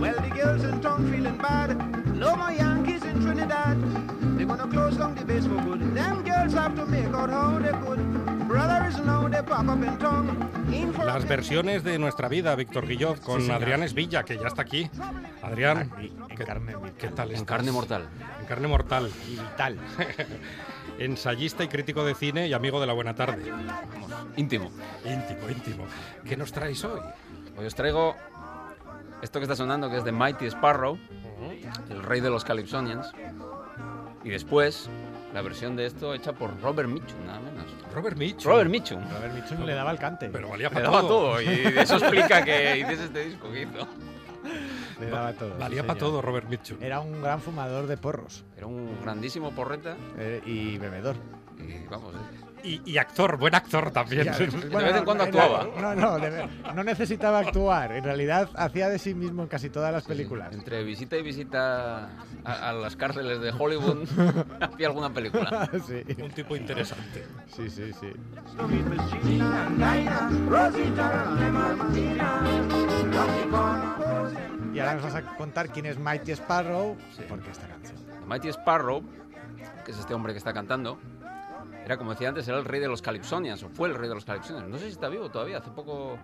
[SPEAKER 7] Well, the girls in town feeling bad. No more Yankees in Trinidad. They're gonna close down the base for good. Them girls have to make out how they could. Brother is now they pop up in town. In for
[SPEAKER 3] Las
[SPEAKER 7] a-
[SPEAKER 3] versiones de nuestra vida, Víctor Guillot, con Adrián Esvilla, que ya está aquí. Adrián, ¿qué, qué tal
[SPEAKER 6] En
[SPEAKER 3] estás?
[SPEAKER 6] carne mortal.
[SPEAKER 3] En carne mortal.
[SPEAKER 5] Y vital.
[SPEAKER 3] Ensayista y crítico de cine y amigo de la buena tarde.
[SPEAKER 12] Íntimo.
[SPEAKER 3] Íntimo, íntimo. ¿Qué nos traes hoy?
[SPEAKER 12] Hoy os traigo esto que está sonando, que es de Mighty Sparrow, el rey de los Calypsonians. Y después, la versión de esto hecha por Robert Mitchum, nada menos.
[SPEAKER 3] Robert Mitchum.
[SPEAKER 12] Robert Mitchum.
[SPEAKER 5] A ver, Michun le daba el cante.
[SPEAKER 3] Pero valía
[SPEAKER 12] Le
[SPEAKER 3] para
[SPEAKER 12] daba
[SPEAKER 3] todo.
[SPEAKER 12] todo y eso explica que hiciese este disco que hizo.
[SPEAKER 5] le daba todo.
[SPEAKER 3] Valía
[SPEAKER 5] sí,
[SPEAKER 3] para
[SPEAKER 5] señor.
[SPEAKER 3] todo, Robert Mitchum.
[SPEAKER 5] Era un gran fumador de porros
[SPEAKER 12] Era un grandísimo porreta
[SPEAKER 5] eh, y bebedor.
[SPEAKER 12] y vamos, eh,
[SPEAKER 3] Y, y actor, buen actor también.
[SPEAKER 5] pues,
[SPEAKER 12] de vez en cuando
[SPEAKER 5] era-
[SPEAKER 12] actuaba.
[SPEAKER 5] No, no, de ver- no necesitaba actuar. En realidad hacía de sí mismo en casi todas las películas.
[SPEAKER 12] entre visita y visita a, a las cárceles de Hollywood hacía alguna película.
[SPEAKER 5] Sí,
[SPEAKER 3] Un tipo interesante.
[SPEAKER 5] sí, sí, sí. Y ahora nos vas a contar quién es Mighty Sparrow, porque esta canción.
[SPEAKER 12] Mighty Sparrow, que es este hombre que está cantando, era como decía antes, era el rey de los Calypsonians, o fue el rey de los Calypsonians. No sé si está vivo todavía, hace poco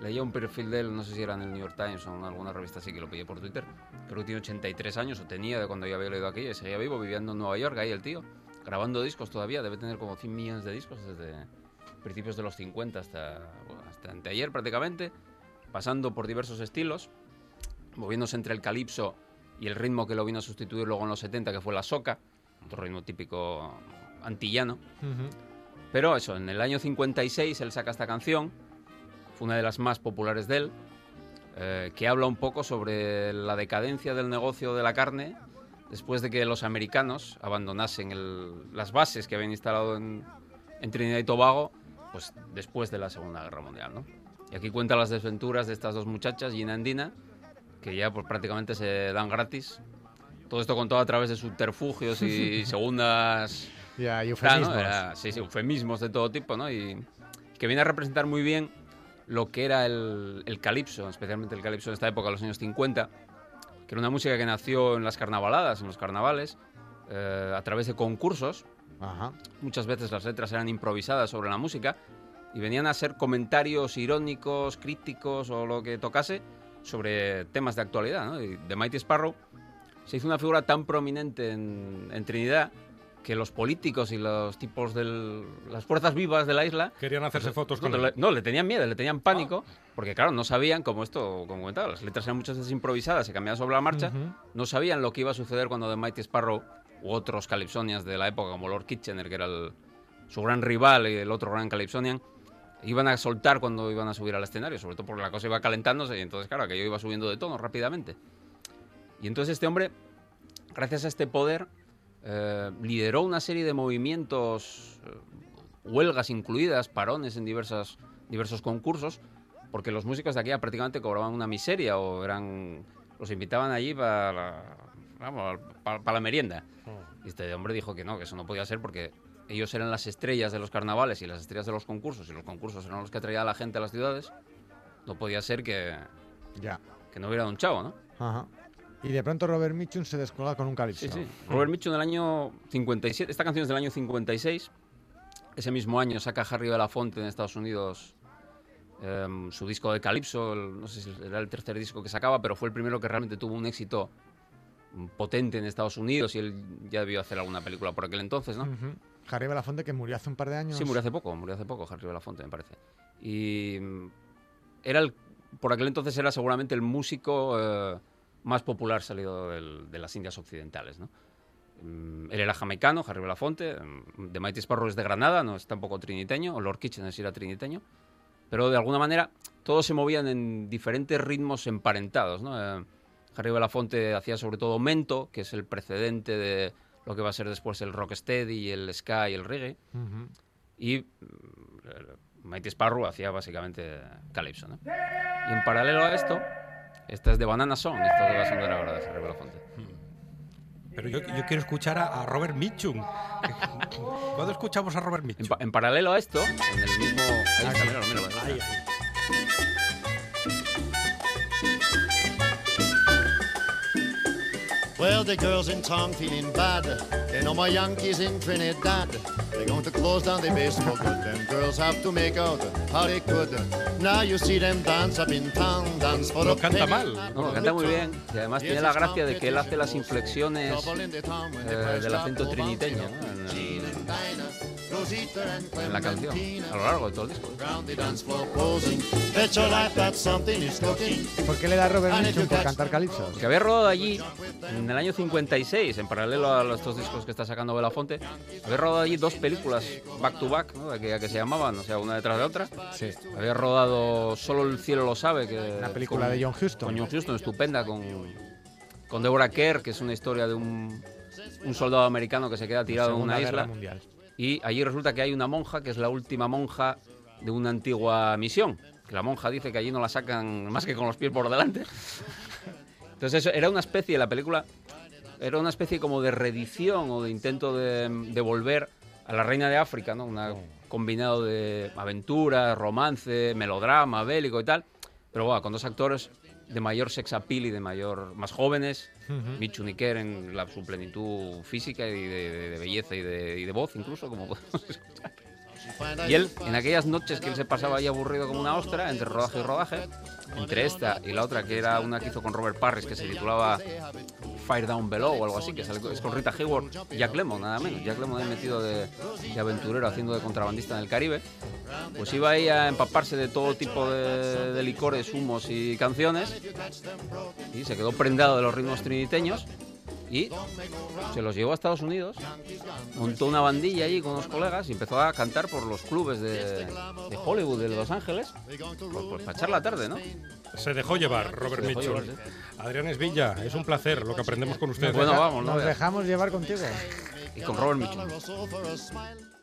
[SPEAKER 12] leía un perfil de él, no sé si era en el New York Times o en alguna revista así que lo pillé por Twitter. Creo que tiene 83 años, o tenía de cuando yo había leído aquello, y seguía vivo, viviendo en Nueva York, ahí el tío, grabando discos todavía, debe tener como 100 millones de discos desde principios de los 50 hasta, bueno, hasta anteayer prácticamente, pasando por diversos estilos, moviéndose entre el calipso y el ritmo que lo vino a sustituir luego en los 70, que fue la soca, otro ritmo típico antillano. Pero eso, en el año 56 él saca esta canción, fue una de las más populares de él, eh, que habla un poco sobre la decadencia del negocio de la carne después de que los americanos abandonasen el- las bases que habían instalado en, en Trinidad y Tobago, pues después de la Segunda Guerra Mundial, ¿no? Y aquí cuenta las desventuras de estas dos muchachas, Gina y Dina, que ya pues prácticamente se dan gratis. Todo esto contado a través de subterfugios y segundas
[SPEAKER 5] Ya, y
[SPEAKER 12] Claro,
[SPEAKER 5] eufemismos.
[SPEAKER 12] ¿no? Era- sí, sí, eufemismos de todo tipo, ¿no? Y que viene a representar muy bien lo que era el, el calipso, especialmente el calipso de esta época, los años 50, que era una música que nació en las carnavaladas, en los carnavales, eh, a través de concursos.
[SPEAKER 5] Ajá.
[SPEAKER 12] Muchas veces las letras eran improvisadas sobre la música y venían a ser comentarios irónicos, críticos o lo que tocase sobre temas de actualidad. ¿no? Y de Mighty Sparrow se hizo una figura tan prominente en, en Trinidad que los políticos y los tipos de las fuerzas vivas de la isla...
[SPEAKER 3] Querían hacerse fotos con
[SPEAKER 12] le-
[SPEAKER 3] él.
[SPEAKER 12] No, le tenían miedo, le tenían pánico, porque claro, no sabían cómo esto, como comentaba, las letras eran muchas veces improvisadas, se cambiaban sobre la marcha,
[SPEAKER 3] Ujú.
[SPEAKER 12] no sabían lo que iba a suceder cuando The Mighty Sparrow u otros calipsonians de la época, como Lord Kitchener, que era el- su gran rival y el otro gran calipsonian, iban a soltar cuando iban a subir al escenario, sobre todo porque la cosa iba calentándose y entonces, claro, aquello iba subiendo de tono rápidamente. Y entonces este hombre, gracias a este poder, eh, lideró una serie de movimientos, eh, huelgas incluidas, parones en diversas, diversos concursos, porque los músicos de aquella prácticamente cobraban una miseria o eran los invitaban allí para la, vamos, pa- pa la merienda. Y este hombre dijo que no, que eso no podía ser porque ellos eran las estrellas de los carnavales y las estrellas de los concursos, y los concursos eran los que atraían a la gente a las ciudades. No podía ser que,
[SPEAKER 5] Ya.
[SPEAKER 12] que no hubiera un chavo, ¿no?
[SPEAKER 5] Ajá. Y de pronto Robert Mitchum se descolga con un calipso.
[SPEAKER 12] Sí, sí. Robert Mitchum del año 57. Esta canción es del año 56. Ese mismo año saca Harry Belafonte en Estados Unidos em, su disco de Calypso. el- no sé si era el tercer disco que sacaba, pero fue el primero que realmente tuvo un éxito mm, potente en Estados Unidos y él ya debió hacer alguna película por aquel entonces, ¿no?
[SPEAKER 5] Ujú. Harry Belafonte que murió hace un par de años.
[SPEAKER 12] Sí, murió hace poco, murió hace poco Harry Belafonte, me parece. Y mm, era el, por aquel entonces era seguramente el músico eh, más popular salido del- de las Indias Occidentales, ¿no? Mm, Él era jamaicano, Harry Belafonte, mm, de Mighty Sparrow es de Granada, no es tampoco triniteño, o Lord Kitchener sí era triniteño, pero de alguna manera todos se movían en diferentes ritmos emparentados, ¿no? Eh, Harry Belafonte hacía sobre todo mento, que es el precedente de lo que va a ser después el rocksteady, el ska y el reggae.
[SPEAKER 5] Ujú.
[SPEAKER 12] Y mm, el Mighty Sparrow hacía básicamente eh, Calypso, ¿no? Y en paralelo a esto, esta es de Banana Song, esta que va a sonar ahora de Harry Belafonte.
[SPEAKER 3] Pero yo, yo quiero escuchar a, a Robert Mitchum. ¿Cuándo escuchamos a Robert Mitchum?
[SPEAKER 12] En, pa- en paralelo a esto, en el mismo... Ahí está, míralo, míralo, míralo.
[SPEAKER 13] Well, the girls in town feeling bad. They know my Yankees in Trinidad. They're going to close down the base for good. Them girls have to make out how they could. Now you see them dance up in town, dance for a penny.
[SPEAKER 12] No, lo canta muy bien. Y además tiene la gracia de que él hace las inflexiones eh, del acento triniteño ¿no? en, el- en la canción, a lo largo de todo el disco.
[SPEAKER 13] Bet your life that something is cooking.
[SPEAKER 5] ¿Y por qué le da Robert
[SPEAKER 13] And if
[SPEAKER 5] Mitchum
[SPEAKER 13] you
[SPEAKER 5] por
[SPEAKER 13] catch
[SPEAKER 5] cantar calipso?
[SPEAKER 12] Que había rodado allí en el año 56, en paralelo a los dos discos que está sacando Belafonte, había rodado allí dos películas back to back, ¿no? De aquella que se llamaban, o sea, una detrás de otra.
[SPEAKER 5] Sí.
[SPEAKER 12] Había rodado Solo el cielo lo sabe, que una
[SPEAKER 5] película de John Huston.
[SPEAKER 12] Con John Huston, estupenda, con, con Deborah Kerr, que es una historia de un, un soldado americano que se queda tirado en
[SPEAKER 5] Segunda
[SPEAKER 12] una
[SPEAKER 5] Guerra
[SPEAKER 12] isla.
[SPEAKER 5] Mundial.
[SPEAKER 12] Y allí resulta que hay una monja que es la última monja de una antigua misión. Que la monja dice que allí no la sacan más que con los pies por delante. Entonces eso era una especie, la película era una especie como de reedición o de intento de, de volver a la reina de África, ¿no? Una combinado de aventura, romance, melodrama, bélico y tal. Pero bueno, con dos actores de mayor sex appeal y de mayor más jóvenes,
[SPEAKER 5] Ujú.
[SPEAKER 12] Michu Niquer en la, su plenitud física y de, de- de belleza y de, y de voz incluso, como podemos escuchar. Y él, en aquellas noches que él se pasaba ahí aburrido como una ostra, entre rodaje y rodaje, entre esta y la otra, que era una que hizo con Robert Parris, que se titulaba Fire Down Below o algo así, que sale con- es con Rita Hayward, Jack Lemmon, nada menos. Jack Lemmon ahí metido de, de aventurero haciendo de contrabandista en el Caribe. Pues iba ahí a empaparse de todo tipo de, de licores, humos y canciones. Y se quedó prendado de los ritmos triniteños. Y se los llevó a Estados Unidos, montó una bandilla allí con unos colegas y empezó a cantar por los clubes de, de Hollywood, de Los Ángeles, pues, pues para echar la tarde, ¿no?
[SPEAKER 3] Se dejó llevar Robert
[SPEAKER 12] Se dejó
[SPEAKER 3] Mitchum.
[SPEAKER 12] llevar,
[SPEAKER 3] Adrián Esvilla, es un placer lo que aprendemos con ustedes.
[SPEAKER 12] Bueno, vamos,
[SPEAKER 5] Nos dejamos llevar contigo.
[SPEAKER 12] Y con Robert Mitchum.
[SPEAKER 13] Over a smile.